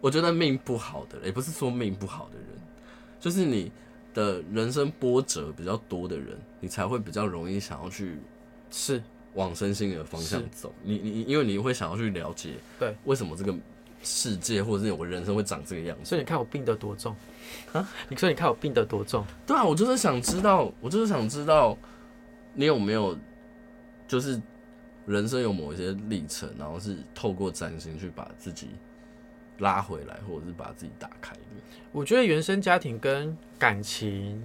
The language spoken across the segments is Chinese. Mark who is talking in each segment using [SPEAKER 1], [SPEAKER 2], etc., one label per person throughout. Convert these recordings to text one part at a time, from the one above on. [SPEAKER 1] 我觉得命不好的人，也不是说命不好的人，就是你的人生波折比较多的人，你才会比较容易想要去
[SPEAKER 2] 是
[SPEAKER 1] 往身心灵的方向
[SPEAKER 2] 是
[SPEAKER 1] 走。你你因为你会想要去了解，
[SPEAKER 2] 对，
[SPEAKER 1] 为什么这个世界或者是我人生会长这个样子。
[SPEAKER 2] 所以你看我病得多重
[SPEAKER 1] 啊
[SPEAKER 2] 你说你看我病得多重？
[SPEAKER 1] 对啊，我就是想知道，我就是想知道你有没有，就是人生有某一些历程，然后是透过占星去把自己拉回来，或者是把自己打开的。
[SPEAKER 2] 我觉得原生家庭跟感情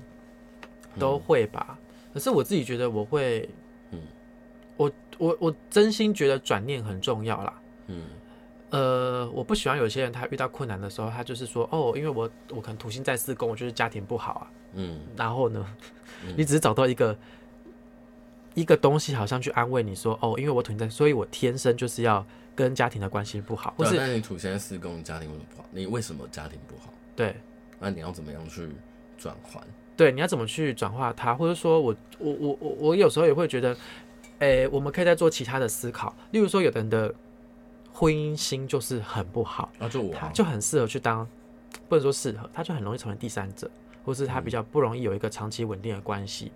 [SPEAKER 2] 都会吧，可是我自己觉得我会，
[SPEAKER 1] 嗯
[SPEAKER 2] 我我我真心觉得转念很重要啦。
[SPEAKER 1] 嗯
[SPEAKER 2] 呃，我不喜欢有些人他遇到困难的时候，他就是说哦，因为我我可能土星在四宫，我就是家庭不好啊。
[SPEAKER 1] 嗯
[SPEAKER 2] 然后呢，
[SPEAKER 1] 嗯
[SPEAKER 2] 你只是找到一个一个东西，好像去安慰你说哦，因为我土星在，所以我天生就是要跟家庭的关系不好，或
[SPEAKER 1] 对啊，
[SPEAKER 2] 是
[SPEAKER 1] 但你土现在四宫，你家庭为什么不好？你为什么家庭不好？
[SPEAKER 2] 对
[SPEAKER 1] 那你要怎么样去转换？
[SPEAKER 2] 对，你要怎么去转化它，或者说我我我我我有时候也会觉得，诶、我们可以再做其他的思考，例如说有的人的婚姻心就是很不好，
[SPEAKER 1] 啊，就我、
[SPEAKER 2] 他
[SPEAKER 1] 啊，
[SPEAKER 2] 就很适合去当，不能说适合，他就很容易成为第三者，或是他
[SPEAKER 1] 嗯
[SPEAKER 2] 比较不容易有一个长期稳定的关系。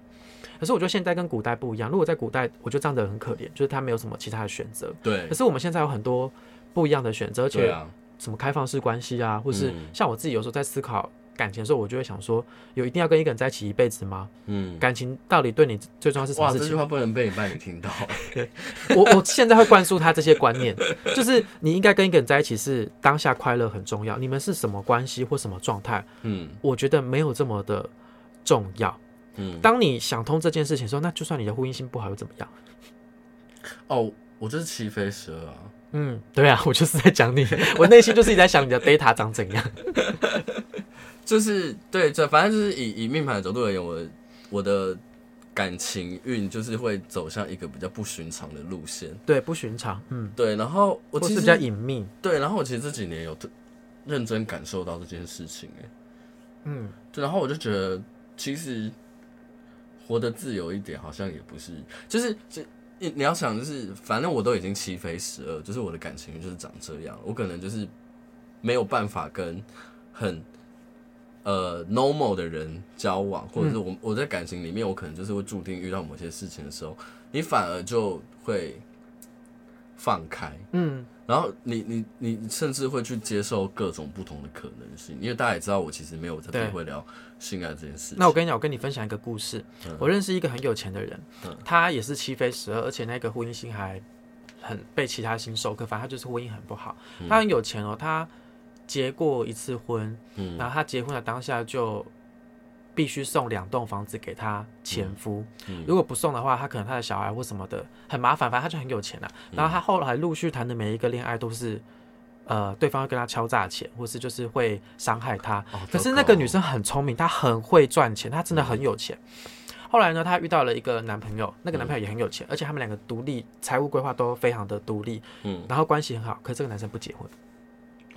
[SPEAKER 2] 可是我觉得现在跟古代不一样，如果在古代，我觉得这样的人很可怜，就是他没有什么其他的选择。
[SPEAKER 1] 对
[SPEAKER 2] 可，是我们现在有很多不一样的选择，而
[SPEAKER 1] 对
[SPEAKER 2] 且
[SPEAKER 1] 啊，
[SPEAKER 2] 什么开放式关系啊，或是
[SPEAKER 1] 嗯
[SPEAKER 2] 像我自己有时候在思考感情的时候，我就会想说，有一定要跟一个人在一起一辈子吗？
[SPEAKER 1] 嗯，
[SPEAKER 2] 感情到底对你最重要是什么
[SPEAKER 1] 哇，
[SPEAKER 2] 事
[SPEAKER 1] 这句
[SPEAKER 2] 情？
[SPEAKER 1] 话不能被你伴侣听到。
[SPEAKER 2] 我我现在会灌输他这些观念， 就是你应该跟一个人在一起是当下快乐很重要，你们是什么关系或什么状态，
[SPEAKER 1] 嗯
[SPEAKER 2] 我觉得没有这么的重要。
[SPEAKER 1] 嗯，
[SPEAKER 2] 当你想通这件事情的时候，那就算你的婚姻性不好又怎么样？
[SPEAKER 1] 哦，我就是七飞蛇啊。
[SPEAKER 2] 嗯，对啊，我就是在讲你，我内心就是一直在想你的 data 长怎样。
[SPEAKER 1] 就是对，这反正就是以以命盘的角度而言，我的我的感情运就是会走向一个比较不寻常的路线。
[SPEAKER 2] 对，不寻常，嗯，
[SPEAKER 1] 对，然后我
[SPEAKER 2] 或
[SPEAKER 1] 其
[SPEAKER 2] 是比较
[SPEAKER 1] 实
[SPEAKER 2] 隐秘，
[SPEAKER 1] 对，然后我其实这几年有特认真感受到这件事情、欸，
[SPEAKER 2] 嗯，
[SPEAKER 1] 对，然后我就觉得其实活得自由一点好像也不是，就是这。你你要想，就是反正我都已经七飞十二，就是我的感情运就是长这样，我可能就是没有办法跟很呃 normal 的人交往，或者
[SPEAKER 2] 嗯
[SPEAKER 1] 是我、我在感情里面，我可能就是会注定遇到某些事情的时候，你反而就会放开，
[SPEAKER 2] 嗯，
[SPEAKER 1] 然后你你你甚至会去接受各种不同的可能性，因为大家也知道我其实没有特别
[SPEAKER 2] 对
[SPEAKER 1] 会聊性爱这件事情。
[SPEAKER 2] 那我跟你讲，我跟你分享一个故事。
[SPEAKER 1] 嗯
[SPEAKER 2] 我认识一个很有钱的人，
[SPEAKER 1] 嗯
[SPEAKER 2] 他也是七飞十二，而且那个婚姻星还很被其他星授课，反正他就是婚姻很不好。他很有钱哦，他结过一次婚，
[SPEAKER 1] 嗯
[SPEAKER 2] 然后他结婚的当下就必须送两栋房子给他前夫，
[SPEAKER 1] 嗯
[SPEAKER 2] 如果不送的话，他可能他的小孩或什么的很麻烦，反正他就很有钱啊。
[SPEAKER 1] 嗯
[SPEAKER 2] 然后他后来陆续谈的每一个恋爱都是。呃，对方会跟他敲诈钱，或是就是会伤害他，
[SPEAKER 1] 哦
[SPEAKER 2] 可是
[SPEAKER 1] 糟
[SPEAKER 2] 那
[SPEAKER 1] 糕
[SPEAKER 2] 个女生很聪明，她很会赚钱，她真的很有钱。后来呢，她遇到了一个男朋友，那个男朋友也很有钱，而且他们两个独立，财务规划都非常的独立，
[SPEAKER 1] 嗯，
[SPEAKER 2] 然后关系很好。可是这个男生不结婚。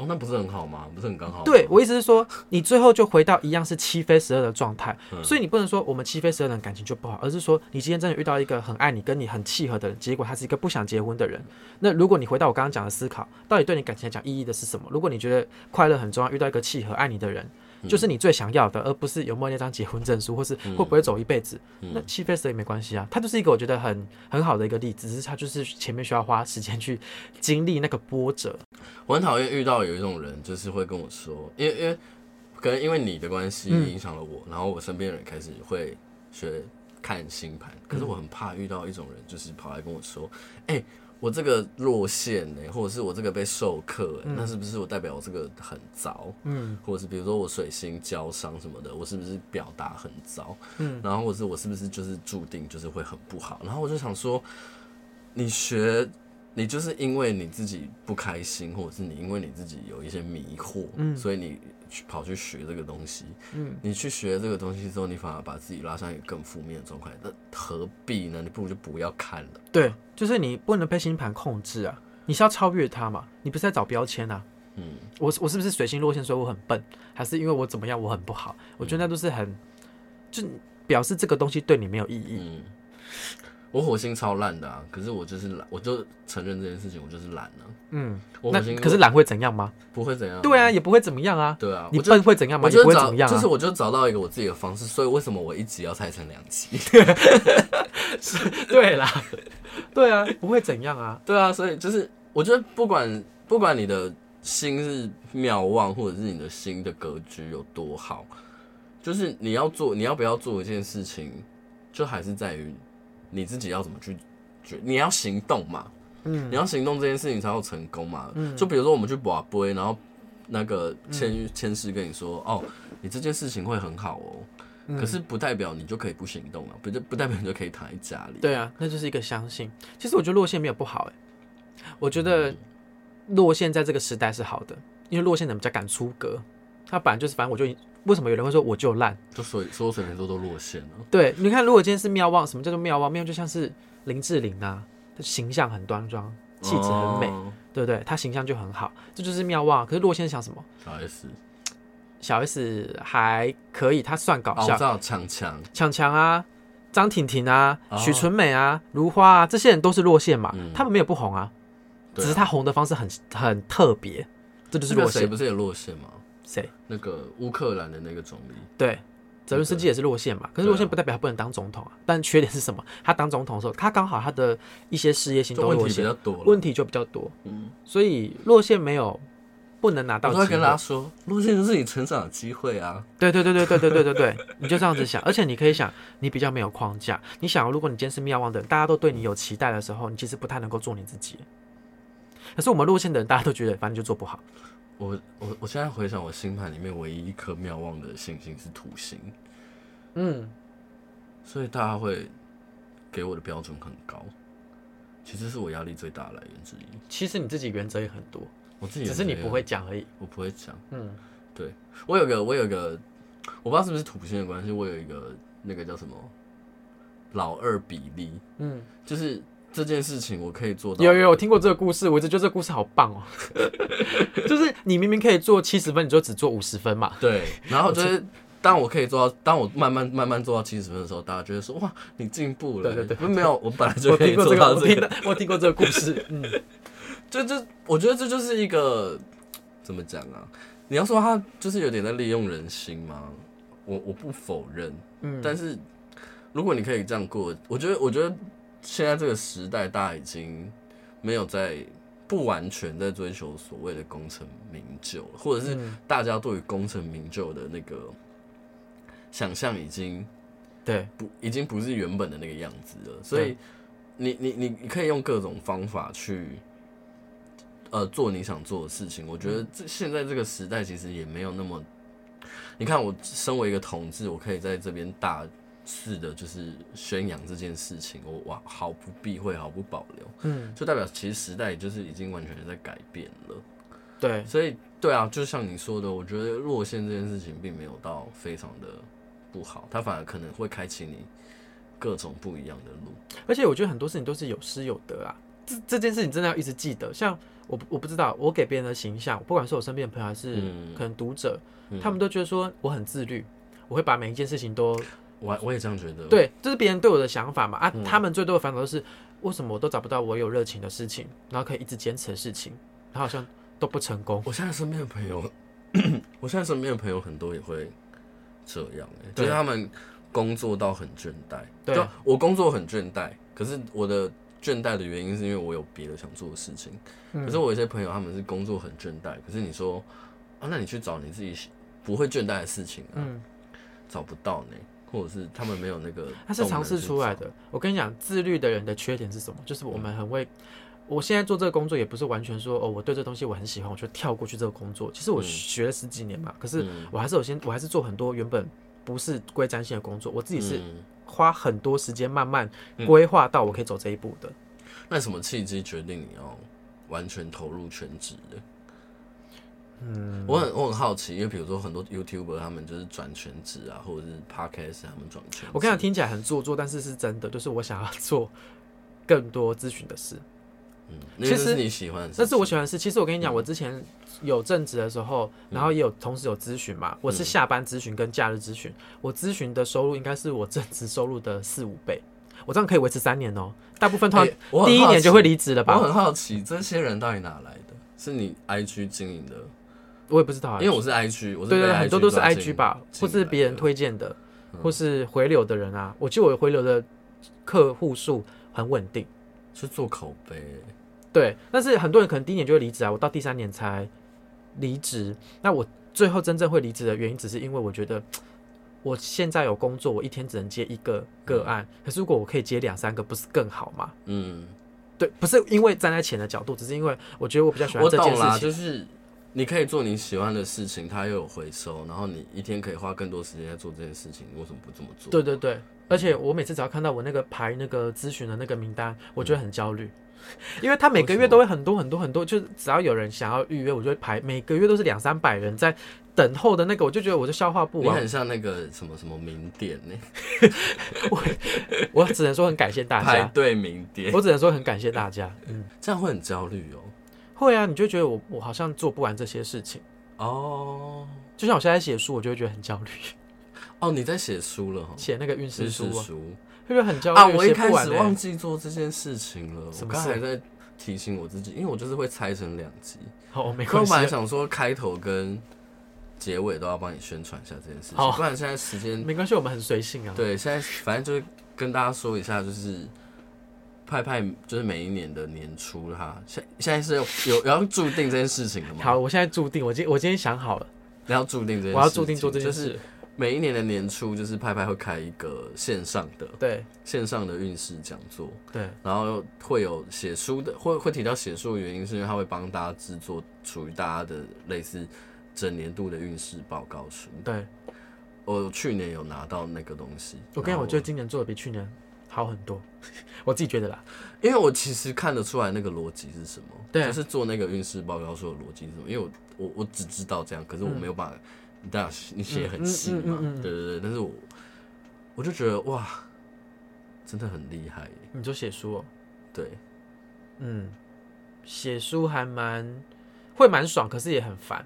[SPEAKER 1] 哦，那不是很好吗？不是很刚好吗？
[SPEAKER 2] 对我意思是说，你最后就回到一样是七飞十二的状态，
[SPEAKER 1] 嗯
[SPEAKER 2] 所以你不能说我们七飞十二的人感情就不好，而是说你今天真的遇到一个很爱你、跟你很契合的人，结果他是一个不想结婚的人。那如果你回到我刚刚讲的思考，到底对你感情来讲意义的是什么？如果你觉得快乐很重要，遇到一个契合爱你的人。就是你最想要的，而不是有没有那张结婚证书，或是会不会走一辈子。那七飞十二也没关系啊，它就是一个我觉得很很好的一个例子，只是它就是前面需要花时间去经历那个波折。
[SPEAKER 1] 我很讨厌遇到有一种人，就是会跟我说，因为因为可能因为你的关系
[SPEAKER 2] 嗯
[SPEAKER 1] 影响了我，然后我身边的人开始会学看星盘，可是
[SPEAKER 2] 嗯
[SPEAKER 1] 我很怕遇到一种人，就是跑来跟我说，哎、我这个落线呢、或者是我这个被授课、欸，那是不是我代表我这个很糟？
[SPEAKER 2] 嗯，
[SPEAKER 1] 或者是比如说我水星交伤什么的，我是不是表达很糟？
[SPEAKER 2] 嗯，
[SPEAKER 1] 然后或者是我是不是就是注定就是会很不好？然后我就想说，你学，你就是因为你自己不开心，或者是你因为你自己有一些迷惑，嗯，所以你去跑去学这个东西，嗯，你去学这个东西之后，你反而把自己拉向一个更负面的状态，那何必呢？你不如就不要看了。
[SPEAKER 2] 对，就是你不能被星盘控制啊，你是要超越它嘛，你不是在找标签啊。
[SPEAKER 1] 嗯，
[SPEAKER 2] 我是我是不是水星落线，所以我很笨，还是因为我怎么样我很不好？我觉得那都是很，就表示这个东西对你没有意义。
[SPEAKER 1] 嗯，我火星超烂的啊，可是我就是懒，我就承认这件事情，我就是懒啊。
[SPEAKER 2] 嗯，
[SPEAKER 1] 我
[SPEAKER 2] 那
[SPEAKER 1] 火星
[SPEAKER 2] 可是懒会怎样吗？
[SPEAKER 1] 不会怎样。
[SPEAKER 2] 对啊，也不会怎么样啊。
[SPEAKER 1] 对啊，
[SPEAKER 2] 你
[SPEAKER 1] 我就
[SPEAKER 2] 笨会怎样吗？
[SPEAKER 1] 我
[SPEAKER 2] 也不
[SPEAKER 1] 就
[SPEAKER 2] 会
[SPEAKER 1] 找，
[SPEAKER 2] 怎么样
[SPEAKER 1] 就是
[SPEAKER 2] 啊。
[SPEAKER 1] 我 就找到一个我自己的方式，所以为什么我一集要拆成两集？
[SPEAKER 2] 对啦， 对啊，不会怎样啊。
[SPEAKER 1] 对啊，所以就是我觉得不管不管你的心是妙望，或者是你的心的格局有多好，就是你要做你要不要做一件事情，就还是在于你自己要怎么去决，你要行动嘛，
[SPEAKER 2] 嗯
[SPEAKER 1] 你要行动这件事情才有成功嘛。就比如说我们去把杯，然后那个
[SPEAKER 2] 嗯
[SPEAKER 1] 签签师跟你说，哦，你这件事情会很好哦。
[SPEAKER 2] 嗯
[SPEAKER 1] 可是不代表你就可以不行动啊，不就不代表你就可以躺在家里。
[SPEAKER 2] 对啊，那就是一个相信。其实我觉得落线没有不好哎、我觉得
[SPEAKER 1] 嗯
[SPEAKER 2] 落线在这个时代是好的，因为落线的人比较敢出格，他本来就是，反正我就已为什么有人会说我就烂？
[SPEAKER 1] 就所以所有水瓶座都落线了。
[SPEAKER 2] 对，你看，如果今天是妙望，什么叫做妙望？妙就像是林志玲啊，她形象很端庄，气质很美，
[SPEAKER 1] 哦
[SPEAKER 2] 对不对？她形象就很好，这就是妙望。可是洛先想什么？
[SPEAKER 1] 小 S，
[SPEAKER 2] 小 S 还可以，她算搞
[SPEAKER 1] 哦，我
[SPEAKER 2] 笑
[SPEAKER 1] 知，道强强，
[SPEAKER 2] 强强啊，张婷婷啊，
[SPEAKER 1] 哦
[SPEAKER 2] 许纯美啊，如花啊，这些人都是落线嘛，
[SPEAKER 1] 嗯
[SPEAKER 2] 他们没有不红啊，
[SPEAKER 1] 对
[SPEAKER 2] 只
[SPEAKER 1] 啊
[SPEAKER 2] 是她红的方式很很特别，这就是
[SPEAKER 1] 那
[SPEAKER 2] 落
[SPEAKER 1] 个谁
[SPEAKER 2] 线。
[SPEAKER 1] 不是也落线吗？
[SPEAKER 2] 谁？
[SPEAKER 1] 那个乌克兰的那个总理，
[SPEAKER 2] 对。泽伦斯基也是落线嘛，可是
[SPEAKER 1] 对啊
[SPEAKER 2] 落线不代表他不能当总统啊。但缺点是什么？他当总统的时候，他刚好他的一些事业心
[SPEAKER 1] 就
[SPEAKER 2] 都
[SPEAKER 1] 问
[SPEAKER 2] 落
[SPEAKER 1] 题比
[SPEAKER 2] 线，
[SPEAKER 1] 较多了。
[SPEAKER 2] 问题就比较多，
[SPEAKER 1] 嗯，
[SPEAKER 2] 所以落线没有不能拿
[SPEAKER 1] 我
[SPEAKER 2] 到
[SPEAKER 1] 都
[SPEAKER 2] 机
[SPEAKER 1] 会跟大家
[SPEAKER 2] 会。
[SPEAKER 1] 说，落线就是你成长的机会啊。
[SPEAKER 2] 对对对对对对对对对， 你就这样子想，而且你可以想，你比较没有框架，你想，如果你今天是妙望的人，大家都对你有期待的时候，你其实不太能够做你自己。可是我们落线的人，大家都觉得反正就做不好。
[SPEAKER 1] 我我我现在回想，我星盘里面唯一一颗妙望的行星是土星，
[SPEAKER 2] 嗯，
[SPEAKER 1] 所以大家会给我的标准很高，其实是我压力最大的来源之一。
[SPEAKER 2] 其实你自己原则也很多，
[SPEAKER 1] 我自己也
[SPEAKER 2] 只是你
[SPEAKER 1] 这
[SPEAKER 2] 不
[SPEAKER 1] 样
[SPEAKER 2] 会，讲而已。
[SPEAKER 1] 我不会讲。
[SPEAKER 2] 嗯，
[SPEAKER 1] 对我有个，我有个，我不知道是不是土星的关系，我有一个那个叫什么老二比例，
[SPEAKER 2] 嗯，
[SPEAKER 1] 就是这件事情我可以做到。
[SPEAKER 2] 有有有，我听过这个故事，我一直觉得这个故事好棒 哦。就是你明明可以做七十分，你就只做五十分嘛。
[SPEAKER 1] 对，然后就是。当我可以做到，当我慢慢慢慢做到七十分的时候，大家就会说：“哇，你进步了。”
[SPEAKER 2] 对对
[SPEAKER 1] 对，没有，我本来就
[SPEAKER 2] 我
[SPEAKER 1] 可以
[SPEAKER 2] 听过
[SPEAKER 1] 做
[SPEAKER 2] 这
[SPEAKER 1] 到
[SPEAKER 2] 个，我
[SPEAKER 1] 这
[SPEAKER 2] 听
[SPEAKER 1] 个。
[SPEAKER 2] 到我听过这个故事。嗯，
[SPEAKER 1] 这这，我觉得这就是一个怎么讲啊？你要说他就是有点在利用人心吗？我我不否认，
[SPEAKER 2] 嗯
[SPEAKER 1] 但是如果你可以这样过，我觉得，我觉得现在这个时代，大家已经没有在不完全在追求所谓的功成名就了，或者是
[SPEAKER 2] 嗯
[SPEAKER 1] 大家对于功成名就的那个想象已经
[SPEAKER 2] 对，
[SPEAKER 1] 不已经不是原本的那个样子了，所以你你你你可以用各种方法去。呃，做你想做的事情，我觉得这现在这个时代其实也没有那么，你看我身为一个同志，我可以在这边大肆的，就是宣扬这件事情，我哇毫不避讳，毫不保留，
[SPEAKER 2] 嗯，
[SPEAKER 1] 就代表其实时代就是已经完全在改变了。
[SPEAKER 2] 对，
[SPEAKER 1] 所以对啊，就像你说的，我觉得落线这件事情并没有到非常的不好，它反而可能会开启你各种不一样的路。
[SPEAKER 2] 而且我觉得很多事情都是有失有得啊。这这件事情真的要一直记得。像我不，我不知道我给别人的形象，不管是我身边的朋友还是
[SPEAKER 1] 嗯
[SPEAKER 2] 可能读者，
[SPEAKER 1] 嗯
[SPEAKER 2] 他们都觉得说我很自律，我会把每一件事情都
[SPEAKER 1] 我我也这样觉得。，
[SPEAKER 2] 对，这是别人对我的想法嘛啊。他们最多的烦恼就是为什么我都找不到我有热情的事情，然后可以一直坚持的事情，然后好像都不成功。
[SPEAKER 1] 我现在身边的朋友， 我现在身边的朋友很多也会这样、欸，就
[SPEAKER 2] 对
[SPEAKER 1] 是他们工作到很倦怠。
[SPEAKER 2] 对
[SPEAKER 1] 就我工作很倦怠，可是我的倦怠的原因是因为我有别的想做的事情。
[SPEAKER 2] 嗯
[SPEAKER 1] 可是我有些朋友他们是工作很倦怠，可是你说啊，那你去找你自己不会倦怠的事情啊，
[SPEAKER 2] 嗯
[SPEAKER 1] 找不到呢，或者是他们没有那个，
[SPEAKER 2] 他是尝试出来。的。我跟你讲，自律的人的缺点是什么？就是我们很会。我现在做这个工作也不是完全说哦，我对这东西我很喜欢，我就跳过去这个工作。其实我
[SPEAKER 1] 嗯
[SPEAKER 2] 学了十几年嘛，可是
[SPEAKER 1] 嗯
[SPEAKER 2] 我还是有先，我还是做很多原本不是归占线的工作。我自己是
[SPEAKER 1] 嗯
[SPEAKER 2] 花很多时间慢慢规划到我可以走这一步的。
[SPEAKER 1] 那什么契机决定你要完全投入全职的？嗯，我很我很好奇，因为比如说很多 YouTuber 他们就是转全职啊，或者是 Podcast 他们转全职。
[SPEAKER 2] 我跟你讲，听起来很做作，但是是真的，就是我想要做更多咨询的事。
[SPEAKER 1] 嗯，那个
[SPEAKER 2] 其
[SPEAKER 1] 就
[SPEAKER 2] 实
[SPEAKER 1] 是你喜欢的事情，
[SPEAKER 2] 那是我喜欢的事。其实我跟
[SPEAKER 1] 嗯
[SPEAKER 2] 你讲，我之前有正职的时候，然后也有同时有咨询
[SPEAKER 1] 嗯
[SPEAKER 2] 嘛，我是下班咨询跟假日咨询，我咨询的收入应该是我正职收入的四五倍。我这样可以维持三年哦、大部分通
[SPEAKER 1] 哎我
[SPEAKER 2] 常
[SPEAKER 1] 很
[SPEAKER 2] 第一
[SPEAKER 1] 好
[SPEAKER 2] 年就会
[SPEAKER 1] 奇
[SPEAKER 2] 离职了
[SPEAKER 1] 我
[SPEAKER 2] 吧？
[SPEAKER 1] 很好奇这些人到底哪来的？是你 IG 经营的？
[SPEAKER 2] 我也不知道啊，
[SPEAKER 1] 因为我是 IG，我是
[SPEAKER 2] 对
[SPEAKER 1] 被
[SPEAKER 2] 对，很多都是
[SPEAKER 1] 抓进
[SPEAKER 2] IG 吧，
[SPEAKER 1] 进
[SPEAKER 2] 或是别人
[SPEAKER 1] 来的
[SPEAKER 2] 推荐的，
[SPEAKER 1] 嗯
[SPEAKER 2] 或是回流的人啊。我记得我回流的客户数很稳定，
[SPEAKER 1] 是做口碑。
[SPEAKER 2] 对。但是很多人可能第一年就会离职啊，我到第三年才离职。那我最后真正会离职的原因，只是因为我觉得我现在有工作，我一天只能接一个个案，可是如果我可以接两三个，不是更好吗？
[SPEAKER 1] 嗯，
[SPEAKER 2] 对，不是因为站在钱的角度，只是因为我觉得我比较喜欢
[SPEAKER 1] 我
[SPEAKER 2] 啊这件
[SPEAKER 1] 懂
[SPEAKER 2] 事
[SPEAKER 1] 啦，
[SPEAKER 2] 情。
[SPEAKER 1] 就是你可以做你喜欢的事情，它又有回收，然后你一天可以花更多时间在做这件事情，你为什么不这么做？
[SPEAKER 2] 对对对，而且我每次只要看到我那个排那个咨询的那个名单，我就会很焦虑， 因为他每个
[SPEAKER 1] 为什
[SPEAKER 2] 月
[SPEAKER 1] 么
[SPEAKER 2] 都会很多很多很多，就是只要有人想要预约，我就会排，每个月都是两三百人在等候的那个，我就觉得我就消化不
[SPEAKER 1] 你
[SPEAKER 2] 完
[SPEAKER 1] 很，像那个什么什么名店呢、
[SPEAKER 2] 我只能说很感谢 大
[SPEAKER 1] 排
[SPEAKER 2] 家，
[SPEAKER 1] 队名店，
[SPEAKER 2] 我只能说很感谢大家。嗯，
[SPEAKER 1] 这样会很焦虑哦。
[SPEAKER 2] 会啊，你就觉得我我好像做不完这些事情，
[SPEAKER 1] 哦
[SPEAKER 2] 就像我现在写书，我就会觉得很焦虑，
[SPEAKER 1] 哦，你在写书了哈？
[SPEAKER 2] 写那个运势
[SPEAKER 1] 知
[SPEAKER 2] 书
[SPEAKER 1] 识
[SPEAKER 2] 啊，
[SPEAKER 1] 书
[SPEAKER 2] 会不会很焦
[SPEAKER 1] 啊！
[SPEAKER 2] 虑？
[SPEAKER 1] 我一
[SPEAKER 2] 写
[SPEAKER 1] 开
[SPEAKER 2] 不完
[SPEAKER 1] 始
[SPEAKER 2] 欸
[SPEAKER 1] 忘记做这件事情了，我
[SPEAKER 2] 什么
[SPEAKER 1] 刚
[SPEAKER 2] 事
[SPEAKER 1] 才在提醒我自己，因为我就是会拆成两集。
[SPEAKER 2] 好，哦没
[SPEAKER 1] 可我
[SPEAKER 2] 关系啊
[SPEAKER 1] 本来，想说开头跟结尾都要帮你宣传一下这件事情，
[SPEAKER 2] 好
[SPEAKER 1] 不然现在时间
[SPEAKER 2] 没关系，我们很随性啊。
[SPEAKER 1] 对，现在反正就是跟大家说一下，就是派派就是每一年的年初哈，现现在是有有要注定这件事情的吗？
[SPEAKER 2] 好，，我现在注定，我今我今天想好了，
[SPEAKER 1] 你要注定这件事情，
[SPEAKER 2] 我要注定做这件
[SPEAKER 1] 就
[SPEAKER 2] 事。
[SPEAKER 1] 是每一年的年初，就是派派会开一个线上的
[SPEAKER 2] 对
[SPEAKER 1] 线上的运势讲座，
[SPEAKER 2] 对，
[SPEAKER 1] 然后会有写书的，会会提到写书的原因，是因为他会帮大家制作属于大家的类似整年度的运势报告书。
[SPEAKER 2] 对，
[SPEAKER 1] 我去年有拿到那个东西，
[SPEAKER 2] 我跟你讲，
[SPEAKER 1] 然后
[SPEAKER 2] 我觉得今年做的比去年好很多， 我自己觉得啦。
[SPEAKER 1] 因为我其实看得出来那个逻辑是什么，
[SPEAKER 2] 对
[SPEAKER 1] 就是做那个运势报告书的逻辑是什么。因为我我我只知道这样，可是我没有办法，你当然你写得很细嘛，
[SPEAKER 2] 嗯嗯嗯嗯
[SPEAKER 1] 对对对。但是我我就觉得哇，真的很厉害耶，
[SPEAKER 2] 你就写书、哦，
[SPEAKER 1] 对，
[SPEAKER 2] 嗯，写书还蛮会蛮爽，可是也很烦。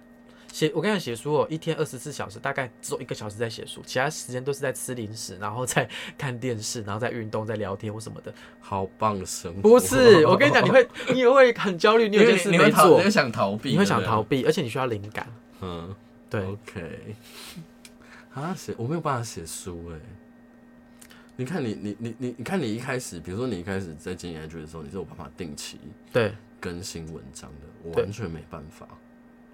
[SPEAKER 2] 写我跟你讲，写书哦，一天二十四小时，大概只有一个小时在写书，其他时间都是在吃零食，然后在看电视，然后在运动，在聊天或什么的。
[SPEAKER 1] 好棒的生活。
[SPEAKER 2] 不是，我跟你讲，你会你也会很焦虑，你
[SPEAKER 1] 因
[SPEAKER 2] 有
[SPEAKER 1] 为
[SPEAKER 2] 件
[SPEAKER 1] 你
[SPEAKER 2] 事
[SPEAKER 1] 你
[SPEAKER 2] 没
[SPEAKER 1] 会逃，
[SPEAKER 2] 做
[SPEAKER 1] 你会，想逃避，
[SPEAKER 2] 你会想
[SPEAKER 1] 对不对
[SPEAKER 2] 逃，避，而且你需要灵感。
[SPEAKER 1] 嗯，
[SPEAKER 2] 对，
[SPEAKER 1] ，OK，啊，写我没有办法写书哎。你看你你你你你看你一开始，比如说你一开始在经营 IG 的时候，你是有办法定期
[SPEAKER 2] 对，
[SPEAKER 1] 更新文章的，我
[SPEAKER 2] 对
[SPEAKER 1] 完全没办法。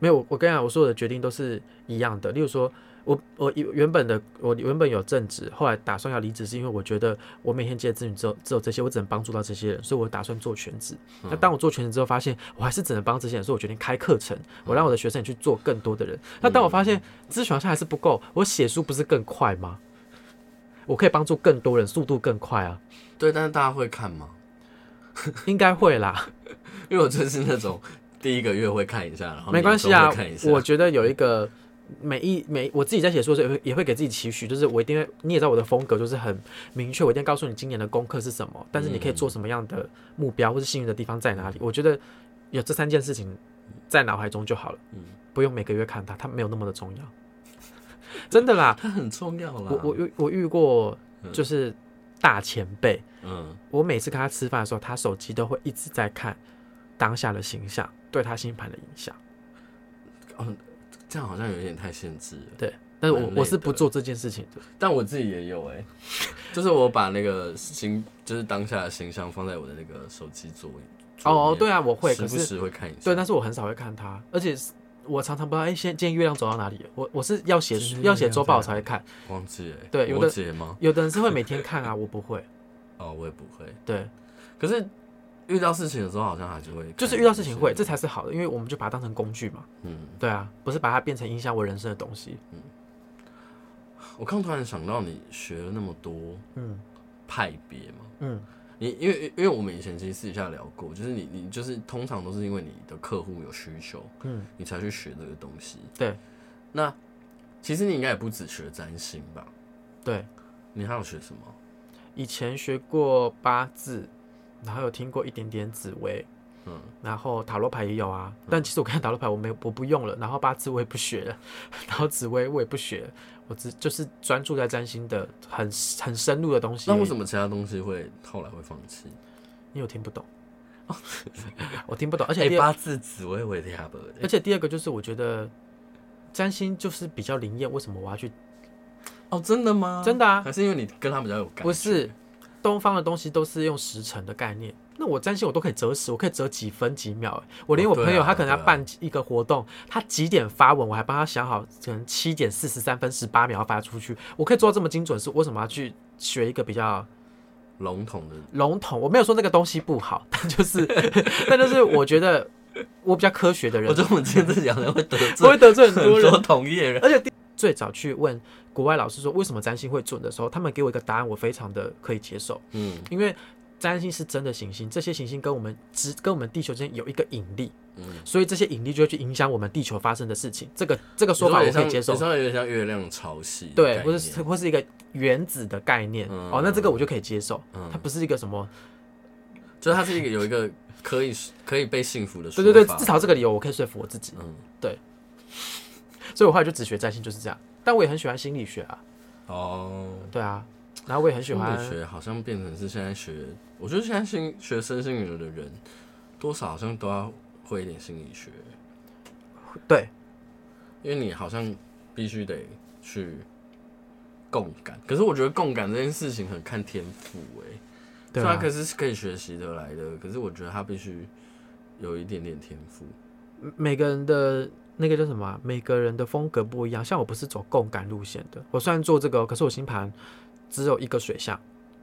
[SPEAKER 2] 没有，我我跟你讲，我所有的决定都是一样的。例如说，我我原本的我原本有正职，后来打算要离职，是因为我觉得我每天接的咨询只有只有这些，我只能帮助到这些人，所以我打算做全职。
[SPEAKER 1] 嗯
[SPEAKER 2] 那当我做全职之后，发现我还是只能帮这些人，所以我决定开课程，我让我的学生也去做更多的人。那当我发现咨询好像还是不够，我写书不是更快吗？我可以帮助更多人，速度更快啊，
[SPEAKER 1] 对，但是大家会看吗？
[SPEAKER 2] 应该会啦。
[SPEAKER 1] 因为我就是那种第一个月会看一下，然后
[SPEAKER 2] 没关系啊
[SPEAKER 1] 年终会看一，下
[SPEAKER 2] 我觉得有一个每一每我自己在写书的时候也会也会给自己期许，就是我一定会，你也知道我的风格就是很明确，我一定要告诉你今年的功课是什么，但是你可以做什么样的目标，或是幸运的地方在哪里。
[SPEAKER 1] 嗯
[SPEAKER 2] 我觉得有这三件事情在脑海中就好了，
[SPEAKER 1] 嗯
[SPEAKER 2] 不用每个月看它，它没有那么的重要， 真的 啦。
[SPEAKER 1] 它 很重要啦。
[SPEAKER 2] 我我遇我遇过
[SPEAKER 1] 嗯
[SPEAKER 2] 就是大前辈，
[SPEAKER 1] 嗯，
[SPEAKER 2] 我每次跟他吃饭的时候，他手机都会一直在看当下的形象对他星盘的影响。
[SPEAKER 1] 这样好像有点太限制了。
[SPEAKER 2] 对，但是
[SPEAKER 1] 蛮
[SPEAKER 2] 我
[SPEAKER 1] 累的
[SPEAKER 2] 我是不做这件事情的。
[SPEAKER 1] 但我自己也有哎、就是我把那个形，就是当下的形象放在我的那个手机桌桌
[SPEAKER 2] 哦，
[SPEAKER 1] 面
[SPEAKER 2] 对啊，我会，
[SPEAKER 1] 时
[SPEAKER 2] 可
[SPEAKER 1] 不
[SPEAKER 2] 是
[SPEAKER 1] 时会看一下。
[SPEAKER 2] 对，但是我很少会看它，而且是我常常不知道，哎、现在今天月亮走到哪里了？我我是要写
[SPEAKER 1] 今天
[SPEAKER 2] 要
[SPEAKER 1] 月
[SPEAKER 2] 写
[SPEAKER 1] 亮
[SPEAKER 2] 周报我
[SPEAKER 1] 在
[SPEAKER 2] 才
[SPEAKER 1] 哪
[SPEAKER 2] 会看，
[SPEAKER 1] 忘记哎、
[SPEAKER 2] 对有
[SPEAKER 1] 摩
[SPEAKER 2] 的
[SPEAKER 1] 羯吗？
[SPEAKER 2] 有的人是 会每天看啊，我不会。
[SPEAKER 1] 哦，我也不会。
[SPEAKER 2] 对，
[SPEAKER 1] 可是遇到事情的时候，好像还啊是会，
[SPEAKER 2] 就是遇到事情会，这。才是好的，因为我们就把它当成工具嘛。
[SPEAKER 1] 嗯，
[SPEAKER 2] 对啊，不是把它变成影响我人生的东西。
[SPEAKER 1] 我刚突然想到，你学了那么多
[SPEAKER 2] 嗯
[SPEAKER 1] 派别嘛，
[SPEAKER 2] 嗯，
[SPEAKER 1] 你因为因为我们以前其实私底下聊过，就是你你就是通常都是因为你的客户有需求，
[SPEAKER 2] 嗯，
[SPEAKER 1] 你才去学这个东西。
[SPEAKER 2] 对，
[SPEAKER 1] 那其实你应该也不只学占星吧？
[SPEAKER 2] 对，
[SPEAKER 1] 你还有学什么？
[SPEAKER 2] 以前学过八字，然后有听过一点点紫薇。
[SPEAKER 1] 嗯，
[SPEAKER 2] 然后塔罗牌也有 啊，但其实我看塔罗牌我没有我不用了，然后八字我也不学了，然后紫薇我也不学了，我只就是专注在占星的很很深入的东西而
[SPEAKER 1] 那
[SPEAKER 2] 已。
[SPEAKER 1] 为什么其他东西会后来会放弃？
[SPEAKER 2] 因为我 听不懂， 我听不懂，而
[SPEAKER 1] 而
[SPEAKER 2] 且第二、
[SPEAKER 1] 哦哎八字紫薇我也听不懂。
[SPEAKER 2] 而且第二个就是我觉得占星就是比较灵验，为什么我要去？
[SPEAKER 1] 哦，真的吗？
[SPEAKER 2] 真的啊，
[SPEAKER 1] 还是因为你跟他比较有感？
[SPEAKER 2] 不是，东方的东西都是用时辰的概念。那我占星我都可以折时，我可以折几分几秒、欸。我连
[SPEAKER 1] 哦
[SPEAKER 2] 我
[SPEAKER 1] 对
[SPEAKER 2] 朋友
[SPEAKER 1] 啊
[SPEAKER 2] 他可能
[SPEAKER 1] 对
[SPEAKER 2] 要
[SPEAKER 1] 啊
[SPEAKER 2] 办一个活动，他几点发文，我还帮他想好，可能七点四十三分十八秒要发出去。我可以做到这么精准，是为什么要去学一个比较
[SPEAKER 1] 笼统的。
[SPEAKER 2] 笼统？我没有说那个东西不好，但就是 但就是我觉得我比较科学的人
[SPEAKER 1] 我，觉得我们今天这两人会得
[SPEAKER 2] 不
[SPEAKER 1] 罪
[SPEAKER 2] 会得罪很
[SPEAKER 1] 很
[SPEAKER 2] 多人
[SPEAKER 1] 多。同业人。
[SPEAKER 2] 而且第最早去问国外老师说为什么占星会准的时候，他们给我一个答案，我非常的可以接受。
[SPEAKER 1] 嗯
[SPEAKER 2] 因为占星是真的行星，这些行星跟我们之跟我们地球之间有一个引力，
[SPEAKER 1] 嗯，
[SPEAKER 2] 所以这些引力就会去影响我们地球发生的事情。这个这个说法我可以接受
[SPEAKER 1] 你，说有点像月亮潮汐的
[SPEAKER 2] 对，
[SPEAKER 1] 概
[SPEAKER 2] 或
[SPEAKER 1] 念
[SPEAKER 2] 是或是一个原子的概念、
[SPEAKER 1] 嗯
[SPEAKER 2] 哦，那这个我就可以接受，
[SPEAKER 1] 嗯
[SPEAKER 2] 它不是一个什么，
[SPEAKER 1] 就是它是一个有一个可以可以被幸福的说
[SPEAKER 2] 对
[SPEAKER 1] 法。
[SPEAKER 2] 对对，至少这个理由我可以说服我自己，
[SPEAKER 1] 嗯
[SPEAKER 2] 所以我后来就只学占星就是这样。但我也很喜欢心理学啊，
[SPEAKER 1] 哦，
[SPEAKER 2] 对啊，然后我也很喜
[SPEAKER 1] 心理
[SPEAKER 2] 欢，
[SPEAKER 1] 学好像变成是现在学，我觉得现在心学身心灵的人，多少好像都要会一点心理学，
[SPEAKER 2] 对
[SPEAKER 1] 因为你好像必须得去共感。可是我觉得共感这件事情很看天赋哎、虽
[SPEAKER 2] 对
[SPEAKER 1] 然
[SPEAKER 2] 啊
[SPEAKER 1] 可，是是可以学习得来的，可是我觉得他必须有一点点天赋。
[SPEAKER 2] 每个人的。那个叫什么啊、每个人的风格不一样，像我不是走共感路线的。我虽然做这个哦，可是我星盘只有一个水象，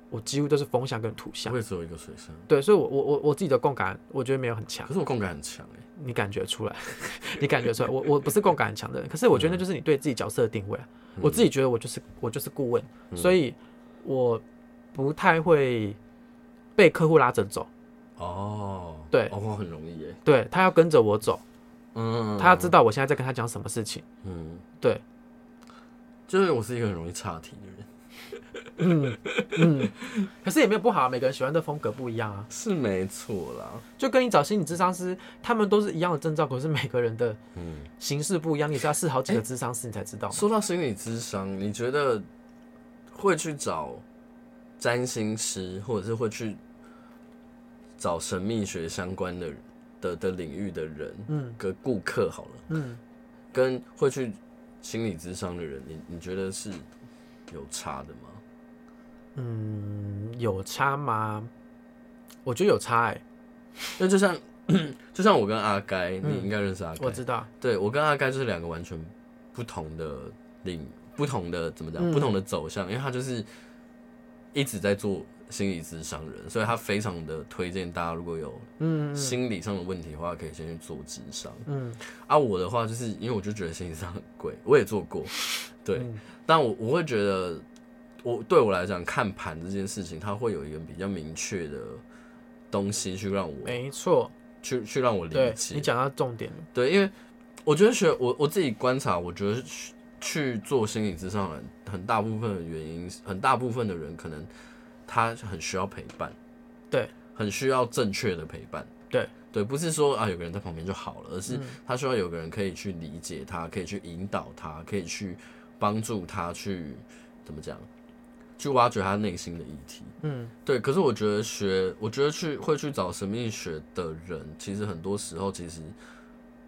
[SPEAKER 2] 我几乎都是风象跟土象
[SPEAKER 1] 我。也只有一个水生，
[SPEAKER 2] 对，所以我，我我我自己的共感，我觉得没有很强
[SPEAKER 1] 可，是我共感很强哎、
[SPEAKER 2] 你感觉出来，你感觉出来。我我不是共感很强的人，可是我觉得那就是你对自己角色的定位啊。
[SPEAKER 1] 嗯
[SPEAKER 2] 我自己觉得我就是我就是顾问，所以我不太会被客户拉着走，
[SPEAKER 1] 哦，
[SPEAKER 2] 对
[SPEAKER 1] 哦，我很容易哎、
[SPEAKER 2] 对他要跟着我走，
[SPEAKER 1] 嗯，
[SPEAKER 2] 他要知道我现在在跟他讲什么事情。
[SPEAKER 1] 嗯，
[SPEAKER 2] 对，
[SPEAKER 1] 就是我是一个很容易岔题的人，
[SPEAKER 2] 可是也没有不好啊，每个人喜欢的风格不一样啊。
[SPEAKER 1] 是没错啦。
[SPEAKER 2] 就跟你找心理智商师，他们都是一样的症状，可是每个人的
[SPEAKER 1] 嗯，哎
[SPEAKER 2] 形式不一样，你是要试好几个智商师你才知道嘛。
[SPEAKER 1] 说到心理智商，你觉得会去找占星师，或者是会去找神秘学相关的的的领域的人，
[SPEAKER 2] 嗯
[SPEAKER 1] 跟顾客好了，
[SPEAKER 2] 嗯，
[SPEAKER 1] 跟会去心理智商的人，你你觉得是有差的吗？
[SPEAKER 2] 嗯，有差吗？我觉得有差哎、
[SPEAKER 1] 那就像 就像我跟阿该，你
[SPEAKER 2] 嗯
[SPEAKER 1] 应该认识阿该
[SPEAKER 2] 我，知道，
[SPEAKER 1] 对我跟阿该就是两个完全不同的领，不同的怎么讲，
[SPEAKER 2] 嗯
[SPEAKER 1] 不同的走向，因为他就是一直在做心理咨商人，所以他非常的推荐大家如果有
[SPEAKER 2] 嗯
[SPEAKER 1] 心理上的问题的话，可以先去做智商。
[SPEAKER 2] 嗯
[SPEAKER 1] 啊，我的话就是因为我就觉得心理上很贵，我也做过，对，
[SPEAKER 2] 嗯
[SPEAKER 1] 但我我会觉得，我对我来讲看盘这件事情，它会有一个比较明确的东西去让我
[SPEAKER 2] 没错，
[SPEAKER 1] 去去让我理
[SPEAKER 2] 哎对
[SPEAKER 1] 解
[SPEAKER 2] 你。讲到重点了，
[SPEAKER 1] 对，因为我觉得学我我自己观察，我觉得去去做心理咨商人，很大部分的原因，很大部分的人可能他很需要陪伴，
[SPEAKER 2] 对，
[SPEAKER 1] 很需要正确的陪伴，
[SPEAKER 2] 对
[SPEAKER 1] 对，不是说啊有个人在旁边就好了，而是
[SPEAKER 2] 嗯
[SPEAKER 1] 他需要有个人可以去理解他，可以去引导他，可以去帮助他去怎么讲，去挖掘他内心的议题。
[SPEAKER 2] 嗯
[SPEAKER 1] 对，可是我觉得学，我觉得去会去找神秘学的人，其实很多时候其实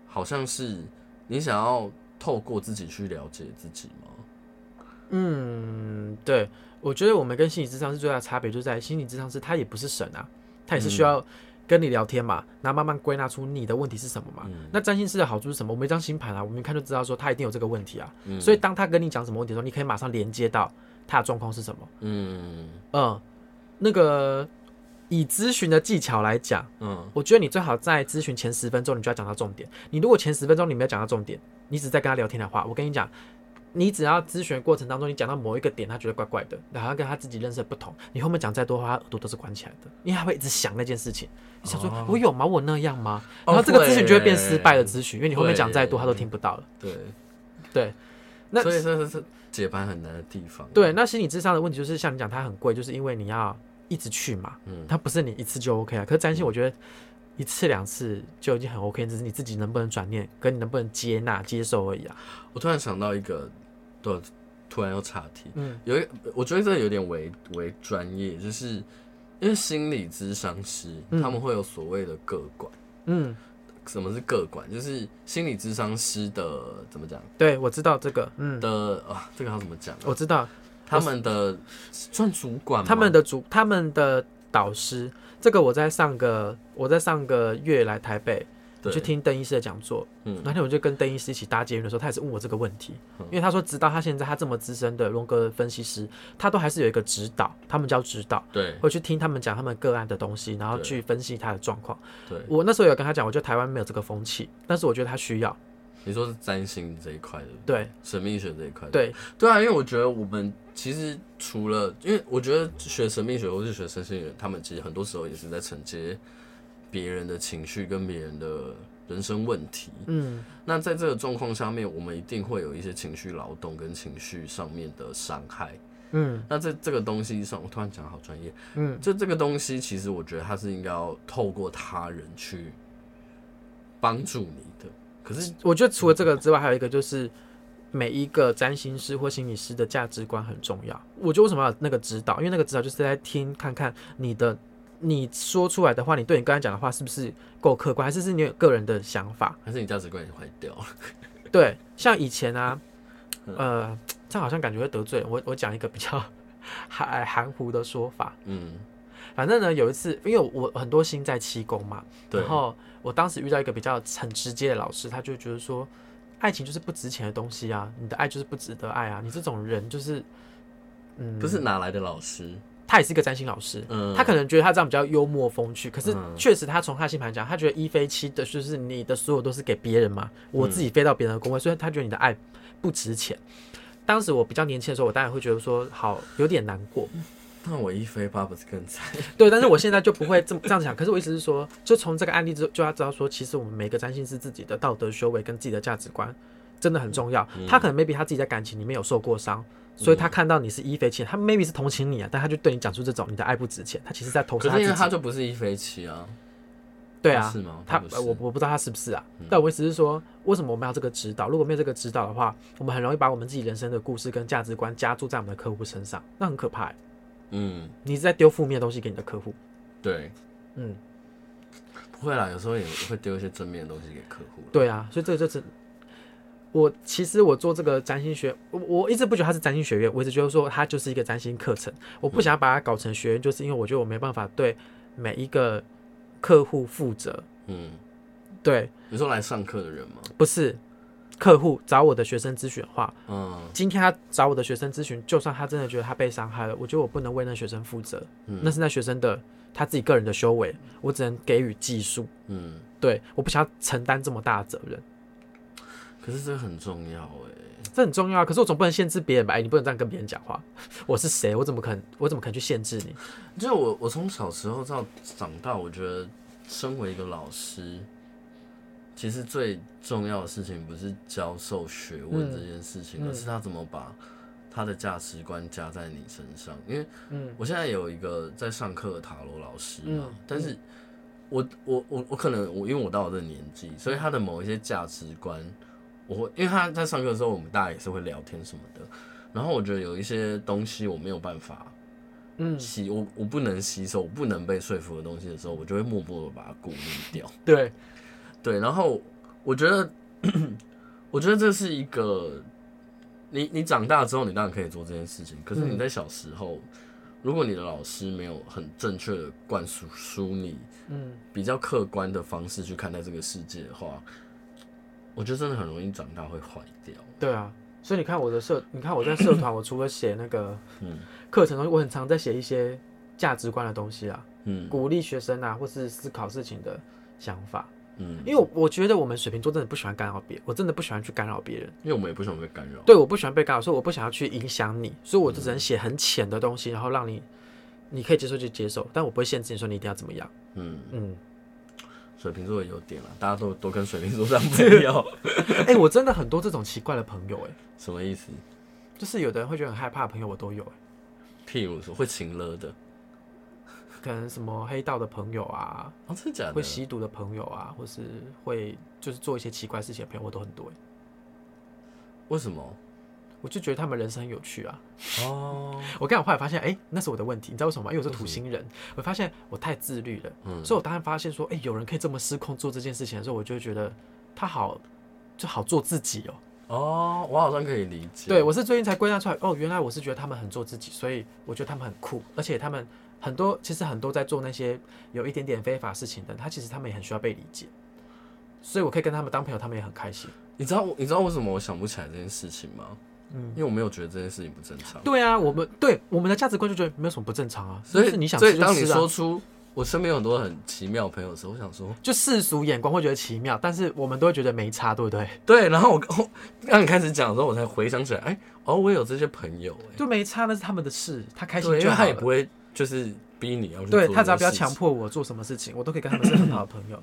[SPEAKER 1] 好像是你想要透过自己去了解自己吗？
[SPEAKER 2] 嗯，对，我觉得我们跟心理智商是最大的差别，就在于心理智商是他也不是神啊，他也是需要跟你聊天嘛，然后慢慢归纳出你的问题是什么
[SPEAKER 1] 嗯
[SPEAKER 2] 嘛。那占星师的好处是什么？我们一张星盘啊，我们一看就知道说他一定有这个问题啊，
[SPEAKER 1] 嗯
[SPEAKER 2] 所以当他跟你讲什么问题的时候，你可以马上连接到他的状况是什么。
[SPEAKER 1] 嗯
[SPEAKER 2] 嗯，那个以咨询的技巧来讲，
[SPEAKER 1] 嗯
[SPEAKER 2] 我觉得你最好在咨询前十分钟你就要讲到重点。你如果前十分钟你没有讲到重点，你只在跟他聊天的话，我跟你讲，你只要咨询的过程当中你讲到某一个点，他觉得怪怪的，然后跟他自己认识的不同，你后面讲再多的话，他耳朵都是关起来的，因为他会一直想那件事情。你想说
[SPEAKER 1] 哦，
[SPEAKER 2] 我有吗？我那样吗？
[SPEAKER 1] 哦
[SPEAKER 2] 然后这个咨询就会
[SPEAKER 1] 会
[SPEAKER 2] 变失败的咨询，因为你后面
[SPEAKER 1] 会
[SPEAKER 2] 讲再多他都听不到了。
[SPEAKER 1] 对，
[SPEAKER 2] 对，那
[SPEAKER 1] 所以这是是解盘很难的地方。
[SPEAKER 2] 对，，那心理智商的问题就是像你讲，它很贵，就是因为你要一直去嘛，
[SPEAKER 1] 嗯
[SPEAKER 2] 它不是你一次就 OK 啊。可是占星，我觉得一次两次就已经很 OK，只是你自己能不能转念，跟你能不能接纳、接受而已啊。
[SPEAKER 1] 我突然想到一个，对，突然又岔题，
[SPEAKER 2] 嗯，
[SPEAKER 1] 有一个我觉得这有点为为专业，就是因为心理咨商师、
[SPEAKER 2] 嗯
[SPEAKER 1] 他们会有所谓的个管，
[SPEAKER 2] 嗯，
[SPEAKER 1] 什么是个管？就是心理咨商师的怎么讲
[SPEAKER 2] 对，我知道这个，嗯，
[SPEAKER 1] 的啊，这个要怎么讲啊、
[SPEAKER 2] 我知道
[SPEAKER 1] 他们的算主管吗，
[SPEAKER 2] 他们的主，他们的导师，这个我在上个我在上个月来台北，
[SPEAKER 1] 对
[SPEAKER 2] 去听邓医师的讲座，
[SPEAKER 1] 嗯
[SPEAKER 2] 那天我就跟邓医师一起搭捷运的时候，他也是问我这个问题，因为他说，直到他现在他这么资深的荣格分析师，他都还是有一个指导，他们叫指导，
[SPEAKER 1] 对
[SPEAKER 2] 会去听他们讲他们个案的东西，然后
[SPEAKER 1] 对
[SPEAKER 2] 去分析他的状况。
[SPEAKER 1] 对，
[SPEAKER 2] 我那时候有跟他讲，我觉得台湾没有这个风气，但是我觉得他需要，
[SPEAKER 1] 你说是占星这一块的，
[SPEAKER 2] 对
[SPEAKER 1] 神秘学这一块，
[SPEAKER 2] 对，
[SPEAKER 1] 对啊，因为我觉得我们其实除了，因为我觉得学神秘学或是学身心学，他们其实很多时候也是在承接别人的情绪跟别人的人生问题。
[SPEAKER 2] 嗯
[SPEAKER 1] 那在这个状况下面，我们一定会有一些情绪劳动跟情绪上面的伤害。
[SPEAKER 2] 嗯
[SPEAKER 1] 那在这个东西上，我突然讲得好专业，
[SPEAKER 2] 嗯
[SPEAKER 1] 就这个东西，其实我觉得它是应该要透过他人去帮助你的。可是
[SPEAKER 2] 我觉得除了这个之外，还有一个就是每一个占星师或心理师的价值观很重要。我觉得为什么要有那个指导？因为那个指导就是在听看看你的你说出来的话，你对你刚才讲的话是不是够客观，还是是你有个人的想法？
[SPEAKER 1] 还是你价值观也坏掉了。
[SPEAKER 2] 对，像以前啊，
[SPEAKER 1] 嗯
[SPEAKER 2] 呃，这样好像感觉会得罪人。我我讲一个比较 含呃含糊的说法，
[SPEAKER 1] 嗯，
[SPEAKER 2] 反正呢，有一次，因为我很多星在七宫嘛，
[SPEAKER 1] 对
[SPEAKER 2] 然，后我当时遇到一个比较很直接的老师，他就觉得说，爱情就是不值钱的东西啊，你的爱就是不值得爱啊，你这种人就是，嗯，
[SPEAKER 1] 不是哪来的老师？
[SPEAKER 2] 他也是一个占星老师，
[SPEAKER 1] 嗯，
[SPEAKER 2] 他可能觉得他这样比较幽默风趣，可是
[SPEAKER 1] 嗯
[SPEAKER 2] 确实他从他星盘讲，他觉得一飞七的就是你的所有都是给别人嘛，
[SPEAKER 1] 嗯
[SPEAKER 2] 我自己飞到别人的宫位，所以他觉得你的爱不值钱。当时我比较年轻的时候，我当然会觉得说好有点难过，
[SPEAKER 1] 那我一飞八不是更惨？
[SPEAKER 2] 对，但是我现在就不会这么这样想。可是我意思是说，就从这个案例之后，就要知道说，其实我们每个占星师自己的道德修为跟自己的价值观真的很重要。
[SPEAKER 1] 嗯
[SPEAKER 2] 他可能 maybe 他自己在感情里面有受过伤，所以他看到你是一飞七，他 maybe 是同情你啊，但他就对你讲出这种你的爱不值钱，他其实在投射
[SPEAKER 1] 可
[SPEAKER 2] 他
[SPEAKER 1] 是因为
[SPEAKER 2] 自
[SPEAKER 1] 他
[SPEAKER 2] 己。
[SPEAKER 1] 就不是一飞七啊，
[SPEAKER 2] 对啊
[SPEAKER 1] 是，吗？
[SPEAKER 2] 他
[SPEAKER 1] 哦不是
[SPEAKER 2] 呃我我不知道他是不是啊，但我意思是说，为什么我们要这个指导？如果没有这个指导的话，我们很容易把我们自己人生的故事跟价值观加注在我们的客户身上，那很可怕欸、
[SPEAKER 1] 嗯，
[SPEAKER 2] 你是在丢负面的东西给你的客户。
[SPEAKER 1] 对，
[SPEAKER 2] 嗯，
[SPEAKER 1] 不会啦，有时候也会丢一些正面的东西给客户啦。
[SPEAKER 2] 对啊，所以这个就是我其实我做这个占星学，我我一直不觉得它是占星学院，我一直觉得说它就是一个占星课程。我不想把它搞成学院，就是因为我觉得我没办法对每一个客户负责。
[SPEAKER 1] 嗯，
[SPEAKER 2] 对，
[SPEAKER 1] 你说来上课的人吗？
[SPEAKER 2] 不是客户找我的学生咨询的话，
[SPEAKER 1] 嗯
[SPEAKER 2] 今天他找我的学生咨询，就算他真的觉得他被伤害了，我觉得我不能为那学生负责，
[SPEAKER 1] 嗯
[SPEAKER 2] 那是那学生的他自己个人的修为，我只能给予技术。
[SPEAKER 1] 嗯，
[SPEAKER 2] 对，我不想要承担这么大的责任。
[SPEAKER 1] 可是这个很重要哎、
[SPEAKER 2] 这很重要啊，可是我总不能限制别人吧？哎、你不能这样跟别人讲话。我是谁？我怎么可能？我怎么可能去限制你？
[SPEAKER 1] 就是我我从小时候到长大，我觉得身为一个老师，其实最重要的事情不是教授学问
[SPEAKER 2] 嗯
[SPEAKER 1] 这件事情，
[SPEAKER 2] 嗯
[SPEAKER 1] 而是他怎么把他的价值观加在你身上。因为
[SPEAKER 2] 嗯
[SPEAKER 1] 我现在有一个在上课的塔罗老师嘛，
[SPEAKER 2] 嗯
[SPEAKER 1] 但是我我我我可能我因为我到我这个年纪，所以他的某一些价值观，我会因为他在上课的时候，我们大家也是会聊天什么的，然后我觉得有一些东西我没有办法。
[SPEAKER 2] 嗯，
[SPEAKER 1] 吸我我不能吸收，我不能被说服的东西的时候，我就会默默的把它过滤掉。
[SPEAKER 2] 对，
[SPEAKER 1] 对，然后我觉得， 我觉得这是一个，你你长大之后，你当然可以做这件事情，可是
[SPEAKER 2] 嗯
[SPEAKER 1] 你在小时候，如果你的老师没有很正确的灌输输你
[SPEAKER 2] 嗯
[SPEAKER 1] 比较客观的方式去看待这个世界的话，我觉得真的很容易长大会坏掉。
[SPEAKER 2] 对啊。所以你看我的社，你看我在社 团，我除了写那个
[SPEAKER 1] 嗯
[SPEAKER 2] 课程东西，我很常在写一些价值观的东西啊，
[SPEAKER 1] 嗯
[SPEAKER 2] 鼓励学生啊，或是思考事情的想法。
[SPEAKER 1] 嗯，
[SPEAKER 2] 因为我我觉得我们水瓶座真的不喜欢干扰别人，我真的不喜欢去干扰别人。
[SPEAKER 1] 因为我们也不想被干扰。
[SPEAKER 2] 对，我不喜欢被干扰，所以我不想要去影响你，所以我就只能写很浅的东西，然后让你你可以接受就接受，但我不会限制你说你一定要怎么样。
[SPEAKER 1] 嗯，
[SPEAKER 2] 嗯，
[SPEAKER 1] 水瓶座的优点啦，大家都都跟水瓶座 当朋友。
[SPEAKER 2] 哎、我真的很多这种奇怪的朋友、哎，
[SPEAKER 1] 什么意思？
[SPEAKER 2] 就是有的人会觉得很害怕的朋友，我都有、哎，
[SPEAKER 1] 譬如说会情勒的，
[SPEAKER 2] 可能什么黑道的朋友啊，
[SPEAKER 1] 哦，真的假
[SPEAKER 2] 会
[SPEAKER 1] 的？
[SPEAKER 2] 吸毒的朋友啊，或是会就是做一些奇怪事情的朋友，我都很多、哎，
[SPEAKER 1] 为什么？
[SPEAKER 2] 我就觉得他们人生很有趣啊。
[SPEAKER 1] 哦，
[SPEAKER 2] 我刚我后来发现，哎、那是我的问题，你知道为什么吗？因为我是土星人，我发现我太自律了，
[SPEAKER 1] 嗯
[SPEAKER 2] 所以我当然发现说，哎、有人可以这么失控做这件事情的时候，我就会觉得他好就好做自己哦、
[SPEAKER 1] 哦，我好像可以理解。
[SPEAKER 2] 对，我是最近才归纳出来，哦，原来我是觉得他们很做自己，所以我觉得他们很酷，而且他们很多其实很多在做那些有一点点非法事情的，他其实他们也很需要被理解，所以我可以跟他们当朋友，他们也很开心。
[SPEAKER 1] 你知道我，你知道为什么我想不起来这件事情吗？
[SPEAKER 2] 嗯
[SPEAKER 1] 因为我没有觉得这件事情不正常。
[SPEAKER 2] 对啊，我们对我们的价值观就觉得没有什么不正常啊，
[SPEAKER 1] 所以
[SPEAKER 2] 就是你想
[SPEAKER 1] 所
[SPEAKER 2] 吃
[SPEAKER 1] 以当
[SPEAKER 2] 就
[SPEAKER 1] 你
[SPEAKER 2] 吃啊
[SPEAKER 1] 说。出我身边有很多很奇妙的朋友的时候，我想说，
[SPEAKER 2] 就世俗眼光会觉得奇妙，但是我们都会觉得没差，对不对？
[SPEAKER 1] 对，然后我 我让你开始讲的时候，我才回想起来，哎，哦，我有这些朋友，哎，
[SPEAKER 2] 就没差，那是他们的事，他开心
[SPEAKER 1] 对，因
[SPEAKER 2] 就
[SPEAKER 1] 为
[SPEAKER 2] 好
[SPEAKER 1] 他也不
[SPEAKER 2] 了。
[SPEAKER 1] 会就是逼你要去做
[SPEAKER 2] 对他只要
[SPEAKER 1] 这
[SPEAKER 2] 不
[SPEAKER 1] 些
[SPEAKER 2] 要
[SPEAKER 1] 事
[SPEAKER 2] 强
[SPEAKER 1] 情。
[SPEAKER 2] 迫我做什么事情，我都可以跟他们是很好的朋 友。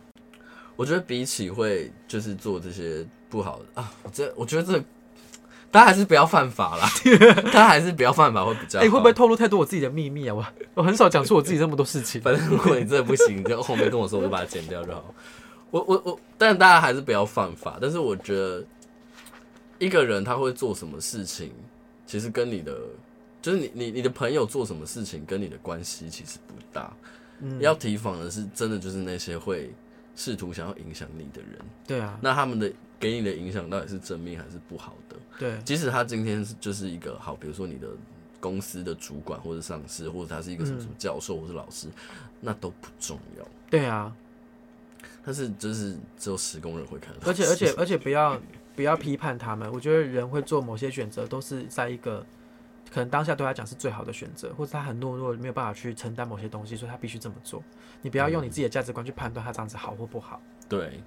[SPEAKER 1] 我觉得比起会就是做这些不好的啊，我这我觉得这大家还是不要犯法啦， 大家还是不要犯法会比较
[SPEAKER 2] 哎、
[SPEAKER 1] 啊好。
[SPEAKER 2] 会不会透露太多我自己的秘密啊？我我很少讲出我自己这么多事 情。
[SPEAKER 1] 反正如果你真的不行，你就后面跟我说，我就把它剪掉就好。我我我，但大家还是不要犯法。但是我觉得，一个人他会做什么事情，其实跟你的，就是你你你的朋友做什么事情，跟你的关系其实不大。
[SPEAKER 2] 嗯
[SPEAKER 1] 要提防的是，真的就是那些会试图想要影响你的人，
[SPEAKER 2] 对啊，
[SPEAKER 1] 那他们的给你的影响到底是正面还是不好的？
[SPEAKER 2] 对，
[SPEAKER 1] 即使他今天是就是一个好，比如说你的公司的主管或者上司，或者他是一个什么什么教授或者老师，那都不重要。
[SPEAKER 2] 对啊，
[SPEAKER 1] 但是就是只有十工人会看到，
[SPEAKER 2] 而且而且而且不要不要批判他们，我觉得人会做某些选择都是在一个可能当下对他讲是最好的选择，或者他很懦弱，没有办法去承担某些东西，所以他必须这么做。你不要
[SPEAKER 1] 嗯
[SPEAKER 2] 用你自己的价值观去判断他这样子好或不好。
[SPEAKER 1] 对，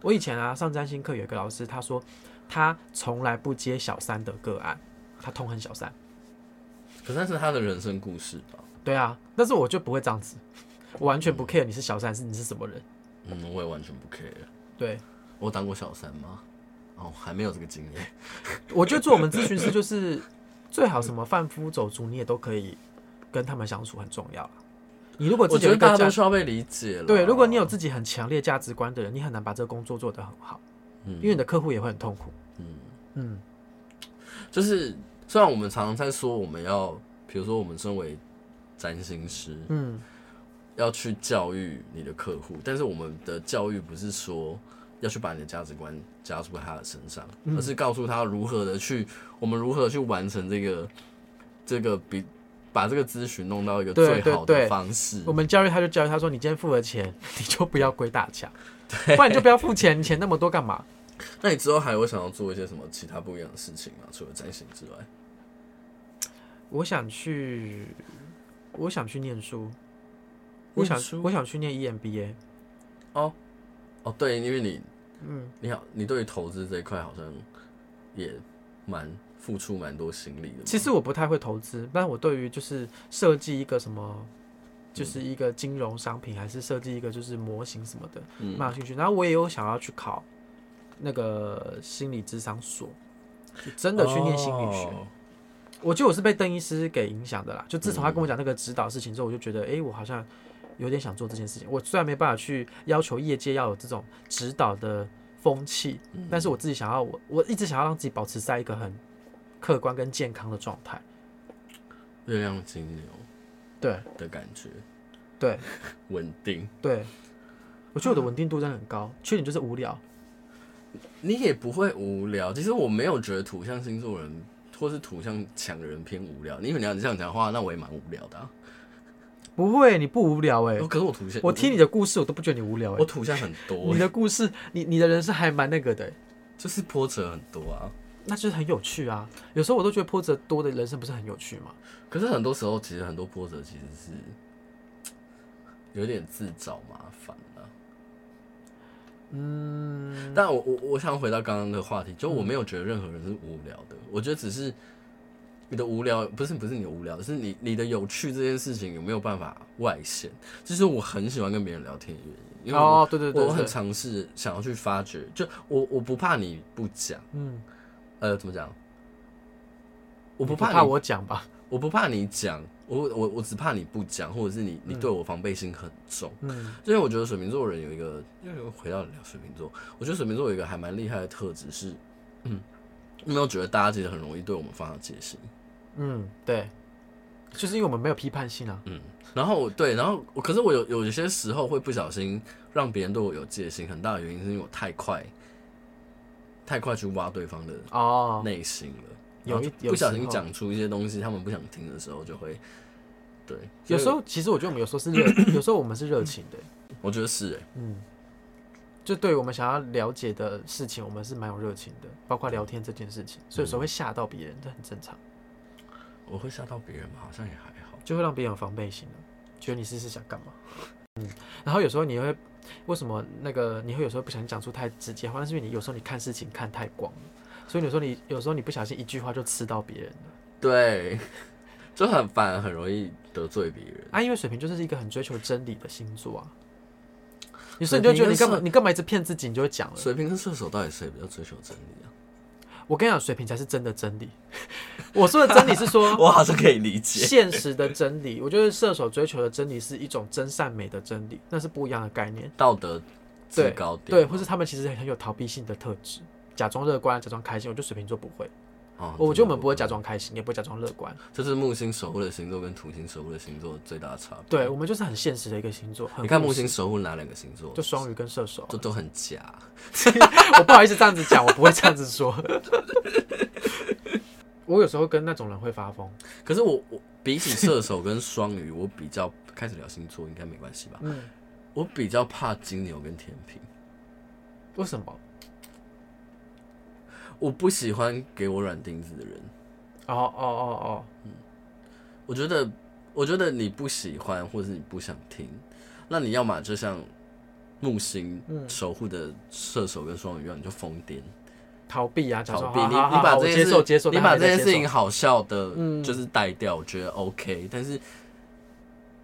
[SPEAKER 2] 我以前啊上占星课有一个老师，他说他从来不接小三的个案，他痛恨小三。
[SPEAKER 1] 可那是他的人生故事吧？
[SPEAKER 2] 对啊，但是我就不会这样子，我完全不 care 你是小三是你是什么人。
[SPEAKER 1] 嗯，我也完全不 care。
[SPEAKER 2] 对，
[SPEAKER 1] 我有当过小三吗？哦，还没有这个经验。
[SPEAKER 2] 我觉得做我们咨询师就是最好什么贩夫走卒，你也都可以跟他们相处很重要啊。你如果 自
[SPEAKER 1] 我
[SPEAKER 2] 己
[SPEAKER 1] 觉
[SPEAKER 2] 有
[SPEAKER 1] 得
[SPEAKER 2] 一
[SPEAKER 1] 大
[SPEAKER 2] 个
[SPEAKER 1] 家都哦
[SPEAKER 2] 价
[SPEAKER 1] 需要被理解了。
[SPEAKER 2] 对，如果你有自己很强烈价值观的人，你很难把这个工作做得很好，
[SPEAKER 1] 嗯
[SPEAKER 2] 因为你的客户也会很痛苦。
[SPEAKER 1] 嗯，
[SPEAKER 2] 嗯，
[SPEAKER 1] 就是虽然我们常常在说我们要，比如说我们身为占星师，
[SPEAKER 2] 嗯，
[SPEAKER 1] 要去教育你的客户，但是我们的教育不是说要去把你的价值观加注在他的身上，
[SPEAKER 2] 嗯
[SPEAKER 1] 而是告诉他如何的去，我们如何去完成这个这个比把这个咨询弄到一个
[SPEAKER 2] 对
[SPEAKER 1] 最好
[SPEAKER 2] 对
[SPEAKER 1] 的
[SPEAKER 2] 对
[SPEAKER 1] 方式
[SPEAKER 2] 我。们教育他就教育他说，你今天付了钱， 你就不要归大家，不然你就不要付钱，你钱那么多干嘛？
[SPEAKER 1] 那你之后还会想要做一些什么其他不一样的事情吗？除了占星之外，
[SPEAKER 2] 我想去，我想去念书，我
[SPEAKER 1] 念
[SPEAKER 2] 想
[SPEAKER 1] 书
[SPEAKER 2] 我想去念 E EMBA。
[SPEAKER 1] 哦，对，因为你
[SPEAKER 2] 嗯，
[SPEAKER 1] 你好，你对于投资这一块好像也蛮付出蛮多心力的嘛。
[SPEAKER 2] 其实我不太会投资，但我对于就是设计一个什么，
[SPEAKER 1] 嗯
[SPEAKER 2] 就是一个金融商品，还是设计一个就是模型什么的，
[SPEAKER 1] 嗯
[SPEAKER 2] 蛮有兴趣。然后我也有想要去考那个心理智商所，就真的去念心理学。
[SPEAKER 1] 哦
[SPEAKER 2] 我觉得我是被邓医师给影响的啦。就自从
[SPEAKER 1] 嗯
[SPEAKER 2] 他跟我讲那个指导事情之后，我就觉得，诶，我好像有点想做这件事情。我虽然没办法去要求业界要有这种指导的风气，嗯
[SPEAKER 1] 嗯
[SPEAKER 2] 但是我自己想要，我我一直想要让自己保持在一个很客观跟健康的状态。
[SPEAKER 1] 月亮金牛
[SPEAKER 2] 对
[SPEAKER 1] 的感觉，
[SPEAKER 2] 对，
[SPEAKER 1] 稳定。
[SPEAKER 2] 对，我觉得我的稳定度真的很
[SPEAKER 1] 嗯
[SPEAKER 2] 高，缺点就是无聊。
[SPEAKER 1] 你也不会无聊。其实我没有觉得土象星座人或是土象强的人偏无聊。你因为你要这样讲话，那我也蛮无聊的、啊。
[SPEAKER 2] 不会，你不无聊诶。欸
[SPEAKER 1] 哦可是我土象，
[SPEAKER 2] 我听你的故事，我都不觉得你无聊
[SPEAKER 1] 我
[SPEAKER 2] 诶。
[SPEAKER 1] 我土象很多欸
[SPEAKER 2] 你，的故事，你你的人生还蛮那个的诶，
[SPEAKER 1] 就是波折很多啊。
[SPEAKER 2] 那就是很有趣啊。有时候我都觉得波折多的人生不是很有趣吗？
[SPEAKER 1] 可是很多时候，其实很多波折其实是嘖有点自找麻烦了、嗯，但我我我想回到刚刚的话题，就
[SPEAKER 2] 嗯
[SPEAKER 1] 我没有觉得任何人是无聊的，我觉得只是你的无聊不是不是你的无聊，是你你的有趣这件事情有没有办法外显，这是我很喜欢跟别人聊天的原因，因为我、
[SPEAKER 2] 哦，对对对
[SPEAKER 1] 我很
[SPEAKER 2] 对，
[SPEAKER 1] 尝试想要去发掘，就我我不怕你不讲，
[SPEAKER 2] 嗯，
[SPEAKER 1] 呃，怎么讲？我
[SPEAKER 2] 我
[SPEAKER 1] 不怕
[SPEAKER 2] 怕
[SPEAKER 1] 你
[SPEAKER 2] 我讲吧，
[SPEAKER 1] 我不怕你讲，我我我只怕你不讲，或者是你你对我防备心很重。
[SPEAKER 2] 嗯
[SPEAKER 1] 因为我觉得水瓶座人有一个，因为回到聊水瓶座，我觉得水瓶座有一个还蛮厉害的特质是，嗯，有没有觉得大家其实很容易对我们放下戒心？
[SPEAKER 2] 嗯，对，就是因为我们没有批判性
[SPEAKER 1] 嗯
[SPEAKER 2] 啊。
[SPEAKER 1] 然后我对，然后我可是我有有一些时候会不小心让别人对我有戒心，很大的原因是因为我太快，太快去挖对方的
[SPEAKER 2] 哦，
[SPEAKER 1] 内心了，
[SPEAKER 2] 有
[SPEAKER 1] 然后
[SPEAKER 2] 一
[SPEAKER 1] 就
[SPEAKER 2] 有
[SPEAKER 1] 不小
[SPEAKER 2] 时
[SPEAKER 1] 心
[SPEAKER 2] 候
[SPEAKER 1] 讲出一些东西，他们不想听的时候就会，对，
[SPEAKER 2] 有时
[SPEAKER 1] 所以
[SPEAKER 2] 候其实我觉得我们有时候是热， 有时候我们是热情的，
[SPEAKER 1] 我觉得是、欸，
[SPEAKER 2] 就对于我们想要了解的事情，我们是蛮有热情的，包括聊天这件事情，所以有时候会吓到别人，这很正常，
[SPEAKER 1] 我会吓到别人吗？好像也还好，
[SPEAKER 2] 就会让别人有防备心了，觉得你是是想干嘛。嗯，然后有时候你会为什么那个你会有时候不小心讲出太直接话，那是因为你有时候你看事情看太广了，所以有时候你有时候你不小心一句话就刺到别人了
[SPEAKER 1] 对， 就很反而很容易得罪别人。
[SPEAKER 2] 啊，因为水瓶就是一个很追求真理的星座啊。有时
[SPEAKER 1] 水
[SPEAKER 2] 候你就
[SPEAKER 1] 瓶跟
[SPEAKER 2] 觉得你干嘛
[SPEAKER 1] 射
[SPEAKER 2] 你干嘛一直骗自己，你就会讲了。
[SPEAKER 1] 水瓶跟射手到底谁比较追求真理啊？
[SPEAKER 2] 我跟你讲，水瓶才是真的真理。我说的真理是 说，
[SPEAKER 1] 我好像可以理解，
[SPEAKER 2] 现实的真理，我觉得射手追求的真理是一种真善美的真理，那是不一样的概念。
[SPEAKER 1] 道德制高点，
[SPEAKER 2] 对，或是他们其实很有逃避性的特质，假装乐观，假装开心。我觉得水瓶座不会，
[SPEAKER 1] 哦
[SPEAKER 2] 我觉得我们不会
[SPEAKER 1] 讲，
[SPEAKER 2] 假装开心，也不会假装乐观。
[SPEAKER 1] 这是木星守护的星座跟土星守护的星座最大的差别。
[SPEAKER 2] 对，我们就是很现实的一个星座。很
[SPEAKER 1] 你看
[SPEAKER 2] 务
[SPEAKER 1] 木
[SPEAKER 2] 实
[SPEAKER 1] 星守护哪两个星座
[SPEAKER 2] 就？双鱼跟射手，啊
[SPEAKER 1] 这都很假。
[SPEAKER 2] 我不好意思这样子讲，我不会这样 子说。我有时候跟那种人会发疯，
[SPEAKER 1] 可是我我比起射手跟双鱼，我比较开始聊星座应该没关系吧？
[SPEAKER 2] 嗯，
[SPEAKER 1] 我比较怕金牛跟天平，
[SPEAKER 2] 为什么？
[SPEAKER 1] 我不喜欢给我软钉子的人。
[SPEAKER 2] 哦哦哦哦，
[SPEAKER 1] 我觉得，我觉得你不喜欢或是你不想听，那你要么就像木星守护的射手跟双鱼一样，你就疯癫
[SPEAKER 2] 逃避啊，假
[SPEAKER 1] 逃
[SPEAKER 2] 装
[SPEAKER 1] 避。
[SPEAKER 2] 好
[SPEAKER 1] 你
[SPEAKER 2] 好好
[SPEAKER 1] 你把
[SPEAKER 2] 好
[SPEAKER 1] 这
[SPEAKER 2] 我
[SPEAKER 1] 件
[SPEAKER 2] 接
[SPEAKER 1] 事
[SPEAKER 2] 受接受，
[SPEAKER 1] 你
[SPEAKER 2] 但
[SPEAKER 1] 把
[SPEAKER 2] 还
[SPEAKER 1] 这
[SPEAKER 2] 在
[SPEAKER 1] 件
[SPEAKER 2] 接
[SPEAKER 1] 事
[SPEAKER 2] 受
[SPEAKER 1] 情好笑的，
[SPEAKER 2] 嗯
[SPEAKER 1] 就是带掉，我觉得 OK。但是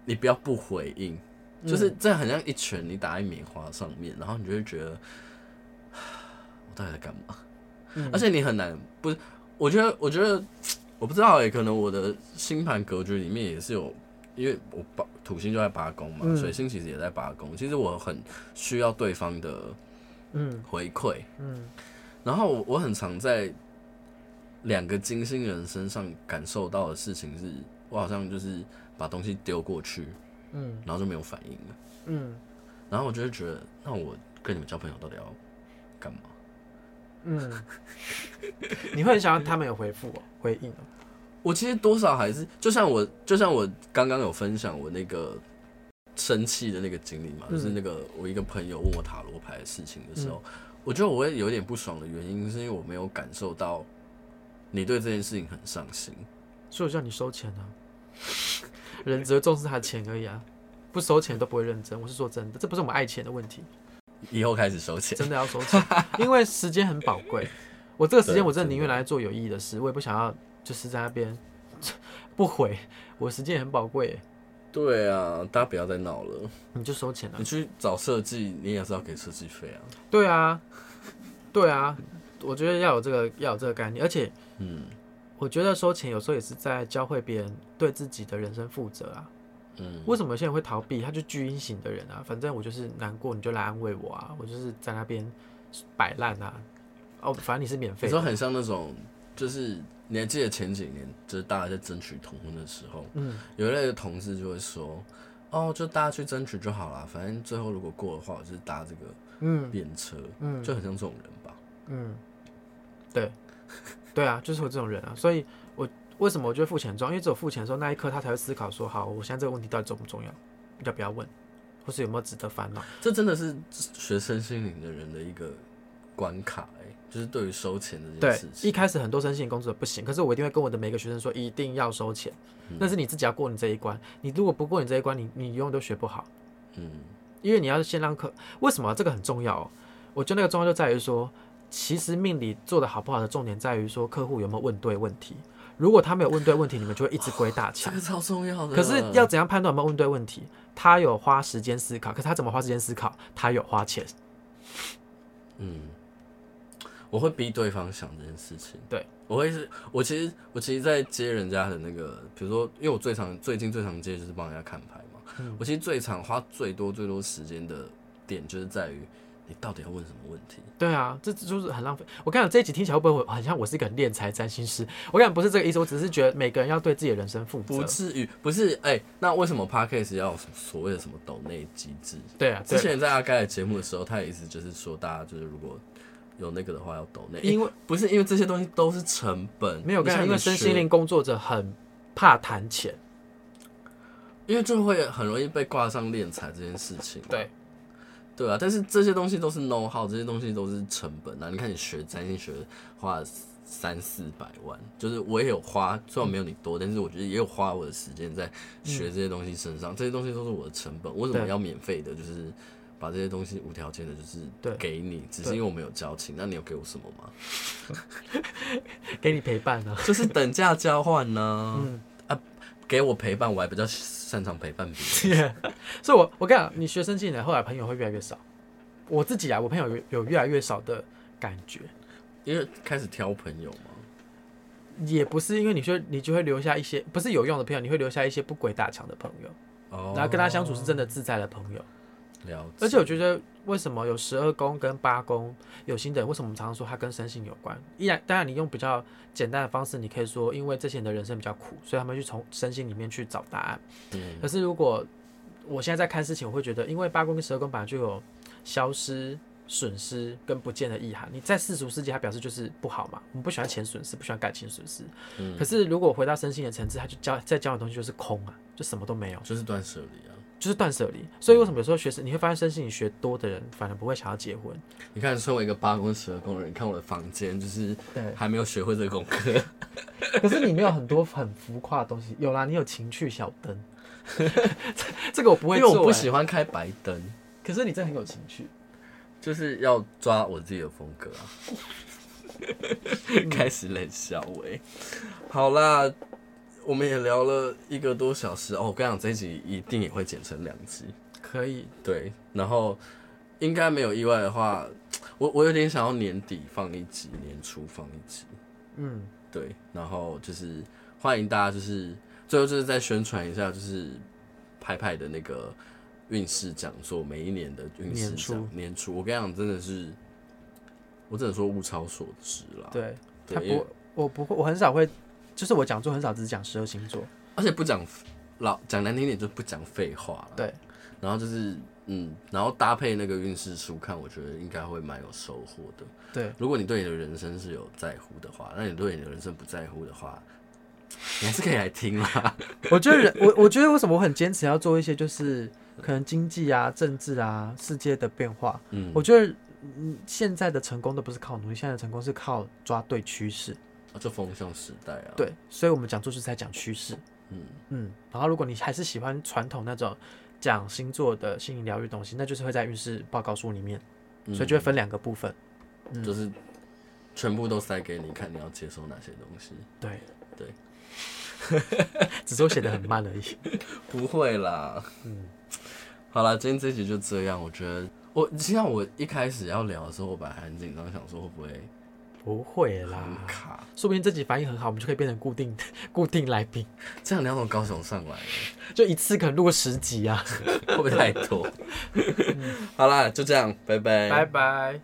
[SPEAKER 1] 你不要不回应，就是
[SPEAKER 2] 嗯
[SPEAKER 1] 这很像一拳你打在棉花上面，然后你就会觉得唉我到底在干嘛？
[SPEAKER 2] 嗯
[SPEAKER 1] 而且你很难不是？我觉得，我觉得我不知道欸也可能我的星盘格局里面也是有，因为我八土星就在八宫嘛，
[SPEAKER 2] 嗯
[SPEAKER 1] 水星其实也在八宫，其实我很需要对方的
[SPEAKER 2] 嗯
[SPEAKER 1] 回馈，
[SPEAKER 2] 嗯。
[SPEAKER 1] 然后我我很常在两个金星人身上感受到的事情是，我好像就是把东西丢过去，
[SPEAKER 2] 嗯
[SPEAKER 1] 然后就没有反应了。
[SPEAKER 2] 嗯
[SPEAKER 1] 然后我就会觉得，那我跟你们交朋友到底要干嘛？
[SPEAKER 2] 嗯，你会很想要他们有回复、哦、回应、哦、
[SPEAKER 1] 我其实多少还是，就像我，就像我刚刚有分享我那个生气的那个经历嘛，
[SPEAKER 2] 嗯
[SPEAKER 1] 就是那个我一个朋友问我塔罗牌的事情的时候，我觉得我会有点不爽的原因，是因为我没有感受到你对这件事情很上心。
[SPEAKER 2] 所以我叫你收钱啊。人只会重视他的钱而已啊，不收钱都不会认真。我是说真的，这不是我们爱钱的问题，
[SPEAKER 1] 以后开始收钱，
[SPEAKER 2] 真的要收钱，因为时间很宝贵。我这个时间
[SPEAKER 1] 对
[SPEAKER 2] 我真的
[SPEAKER 1] 真的
[SPEAKER 2] 宁愿拿来做有意义的事，我也不想要就是在那边 不回。我时间也很宝贵耶，
[SPEAKER 1] 对啊，大家不要再闹了。
[SPEAKER 2] 你就收钱啊
[SPEAKER 1] 你。去找设计，你也是要给设计费啊。
[SPEAKER 2] 对啊，对啊，我觉得要有这个要有这个概念，而且
[SPEAKER 1] 嗯
[SPEAKER 2] 我觉得收钱有时候也是在教会别人对自己的人生负责啊。
[SPEAKER 1] 嗯，
[SPEAKER 2] 为什么有些人会逃避？他就巨婴型的人啊，反正我就是难过，你就来安慰我啊，我就是在那边摆烂啊。哦，反正你是免
[SPEAKER 1] 你
[SPEAKER 2] 费
[SPEAKER 1] 说
[SPEAKER 2] 的，
[SPEAKER 1] 很像那种，就是你还记得前几年，就是大家在争取同婚的时候，
[SPEAKER 2] 嗯，
[SPEAKER 1] 有一类的同志就会说，哦，就大家去争取就好啦，反正最后如果过的话，我就是搭这个
[SPEAKER 2] 嗯
[SPEAKER 1] 便车，
[SPEAKER 2] 嗯
[SPEAKER 1] 就很像这种人吧。
[SPEAKER 2] 嗯，对， 对啊，就是有这种人啊。所以我为什么我觉得付钱很重要？因为只有付钱的时候，那一刻他才会思考说，好，我现在这个问题到底重不重要，要不要问，或是有没有值得烦恼？
[SPEAKER 1] 这真的是学生心灵的人的一个关卡、欸，就是对于收钱这件
[SPEAKER 2] 对
[SPEAKER 1] 事，情。
[SPEAKER 2] 一开始很多申请工作不行，可是我一定会跟我的每个学生说，一定要收钱，
[SPEAKER 1] 嗯
[SPEAKER 2] 但是你自己要过你这一关。你如果不过你这一关，你你永远都学不好，
[SPEAKER 1] 嗯，
[SPEAKER 2] 因为你要先让课。为什么这个很重要、哦？我觉得那个重要就在于说，其实命理做的好不好的重点在于说客户有没有问对问题。如果他没有问对问题，你们就会一直鬼 打
[SPEAKER 1] 这
[SPEAKER 2] 墙。
[SPEAKER 1] 个超重要的。
[SPEAKER 2] 可是要怎样判断有没有问对问题？他有花时间思考，可是他怎么花时间思考？他有花钱。
[SPEAKER 1] 嗯，我会逼对方想这件事情。
[SPEAKER 2] 对，
[SPEAKER 1] 我会是，我其实我其实，在接人家的那个，比如说，因为我最常最近最常接
[SPEAKER 2] 嗯
[SPEAKER 1] 就是帮人家看牌嘛，我其实最常花最多最多时间的点就是在于你到底要问什么问题？
[SPEAKER 2] 对啊，这这就是很浪费。我跟你讲，这一集听起来会不会很像我是一个很敛财占星师？我跟你讲不是这个意思，我只是觉得每个人要对自己的人生负
[SPEAKER 1] 不
[SPEAKER 2] 责。
[SPEAKER 1] 至于，不是哎、那为什么 podcast 要有所谓的什么抖内机制？
[SPEAKER 2] 对啊，
[SPEAKER 1] 之
[SPEAKER 2] 对啊，
[SPEAKER 1] 前在阿盖的节目的时候，他也一直就是说，大家就是如果有那个的话要抖内，
[SPEAKER 2] 因为
[SPEAKER 1] 不是因为这些东西都是成本，
[SPEAKER 2] 没有
[SPEAKER 1] 你
[SPEAKER 2] 跟
[SPEAKER 1] 像
[SPEAKER 2] 你讲因为
[SPEAKER 1] 你学
[SPEAKER 2] 身心灵工作者很怕谈钱。
[SPEAKER 1] 因为就会很容易被挂上敛财这件事情。
[SPEAKER 2] 对，
[SPEAKER 1] 对啊，但是这些东西都是 know how，这些东西都是成本啊。你看你学占星学花了三四百万，就是我也有花，虽然没有你多，但是我觉得也有花我的时间在学这些东西身上，这些东西都是我的成本，我为什么
[SPEAKER 2] 嗯对
[SPEAKER 1] 要免费的？就是。把这些东西无条件的，就是
[SPEAKER 2] 对
[SPEAKER 1] 给你，只是
[SPEAKER 2] 对
[SPEAKER 1] 因为我没有交情。那你有给我什么吗？
[SPEAKER 2] 给你陪伴呢、啊
[SPEAKER 1] 就是等价交换呢、
[SPEAKER 2] 嗯
[SPEAKER 1] 啊，给我陪伴，我还比较擅长陪伴别人。
[SPEAKER 2] 所以我，我跟你讲，你学生进来，后来朋友会越来越少。我自己啊，我朋友有有越来越少的感觉，
[SPEAKER 1] 因为开始挑朋友嘛。
[SPEAKER 2] 也不是因为你说你就会留下一些不是有用的朋友，你会留下一些不鬼打墙的朋友，
[SPEAKER 1] 哦
[SPEAKER 2] 然后跟他相处是真的自在的朋友。
[SPEAKER 1] 了解，
[SPEAKER 2] 而且我觉得，为什么有十二宫跟八宫有新的人？为什么我们常常说它跟身心有关？依然，当然你用比较简单的方式，你可以说，因为这些人的人生比较苦，所以他们去从身心里面去找答案。
[SPEAKER 1] 嗯
[SPEAKER 2] 可是如果我现在在看事情，我会觉得，因为八宫跟十二宫本来就有消失、损失跟不见的意涵。你在世俗世界，它表示就是不好嘛，我们不喜欢钱损失，不喜欢感情损失。
[SPEAKER 1] 嗯
[SPEAKER 2] 可是如果回到身心的层次，它就教再教你的东西就是空啊，就什么都没有。
[SPEAKER 1] 就是断舍离啊。
[SPEAKER 2] 就是断舍离。所以为什么有时候学生你会发现，身心理学多的人反而不会想要结婚？
[SPEAKER 1] 你看，身为一个八宫十二宫的人，你看我的房间就是
[SPEAKER 2] 对。
[SPEAKER 1] 还没有学会这个功课，
[SPEAKER 2] 可是你没有很多很浮夸的东西，有啦，你有情趣小灯， 这 这个我不
[SPEAKER 1] 因
[SPEAKER 2] 会
[SPEAKER 1] 为
[SPEAKER 2] 做、
[SPEAKER 1] 我不
[SPEAKER 2] 欸
[SPEAKER 1] 喜欢开白灯，
[SPEAKER 2] 可是你真的很有情趣，
[SPEAKER 1] 就是要抓我自己的风 格啊。开始冷笑喂，好啦，我们也聊了一个多小时哦。我跟你讲，这一集一定也会剪成两集。
[SPEAKER 2] 可以。
[SPEAKER 1] 对，然后应该没有意外的话，我我有点想要年底放一集，年初放一集。
[SPEAKER 2] 嗯，
[SPEAKER 1] 对，然后就是欢迎大家，就是最后就是再宣传一下，就是派派的那个运势讲座，每一年的运势
[SPEAKER 2] 年初
[SPEAKER 1] 讲年初，我跟你讲，真的是，我只能说物超所值啦。，
[SPEAKER 2] 对，他
[SPEAKER 1] 对，因为
[SPEAKER 2] 不，我不会，我很少会，就是我讲座很少只讲十二星座。
[SPEAKER 1] 而且不讲老讲难听点，就不讲废话了。
[SPEAKER 2] 对，
[SPEAKER 1] 然后就是嗯，然后搭配那个运势书看，我觉得应该会蛮有收获的。
[SPEAKER 2] 对，
[SPEAKER 1] 如果你对你的人生是有在乎的话，那你对你的人生不在乎的话，你还是可以来听 啦。
[SPEAKER 2] 我觉得人，我我觉得为什么我很坚持要做一些就是可能经济啊、政治啊、世界的变化，
[SPEAKER 1] 嗯，
[SPEAKER 2] 我觉得。嗯，现在的成功都不是靠努力，现在的成功是靠抓对趋势。
[SPEAKER 1] 啊就风向时代啊。
[SPEAKER 2] 对，所以我们讲座就是在讲趋势。
[SPEAKER 1] 嗯，
[SPEAKER 2] 嗯，然后如果你还是喜欢传统那种讲星座的心灵疗愈的东西，那就是会在运势报告书里面，
[SPEAKER 1] 嗯，
[SPEAKER 2] 所以就会分两个部分。嗯
[SPEAKER 1] 就是全部都塞给你看，你要接收哪些东西？
[SPEAKER 2] 对
[SPEAKER 1] 对，
[SPEAKER 2] 只是我写的很慢而已。
[SPEAKER 1] 不会啦，
[SPEAKER 2] 嗯，
[SPEAKER 1] 好啦，今天这集就这样。我觉得我像我一开始要聊的时候，我本来很紧张，想说会不会
[SPEAKER 2] 不会
[SPEAKER 1] 很
[SPEAKER 2] 啦，
[SPEAKER 1] 卡，
[SPEAKER 2] 说不定这集反应很好，我们就可以变成固定固定来宾，
[SPEAKER 1] 这样两种高雄上来
[SPEAKER 2] 就一次可能录个十集啊。
[SPEAKER 1] 嗯会不会太多？好啦，就这样，拜拜，
[SPEAKER 2] 拜拜。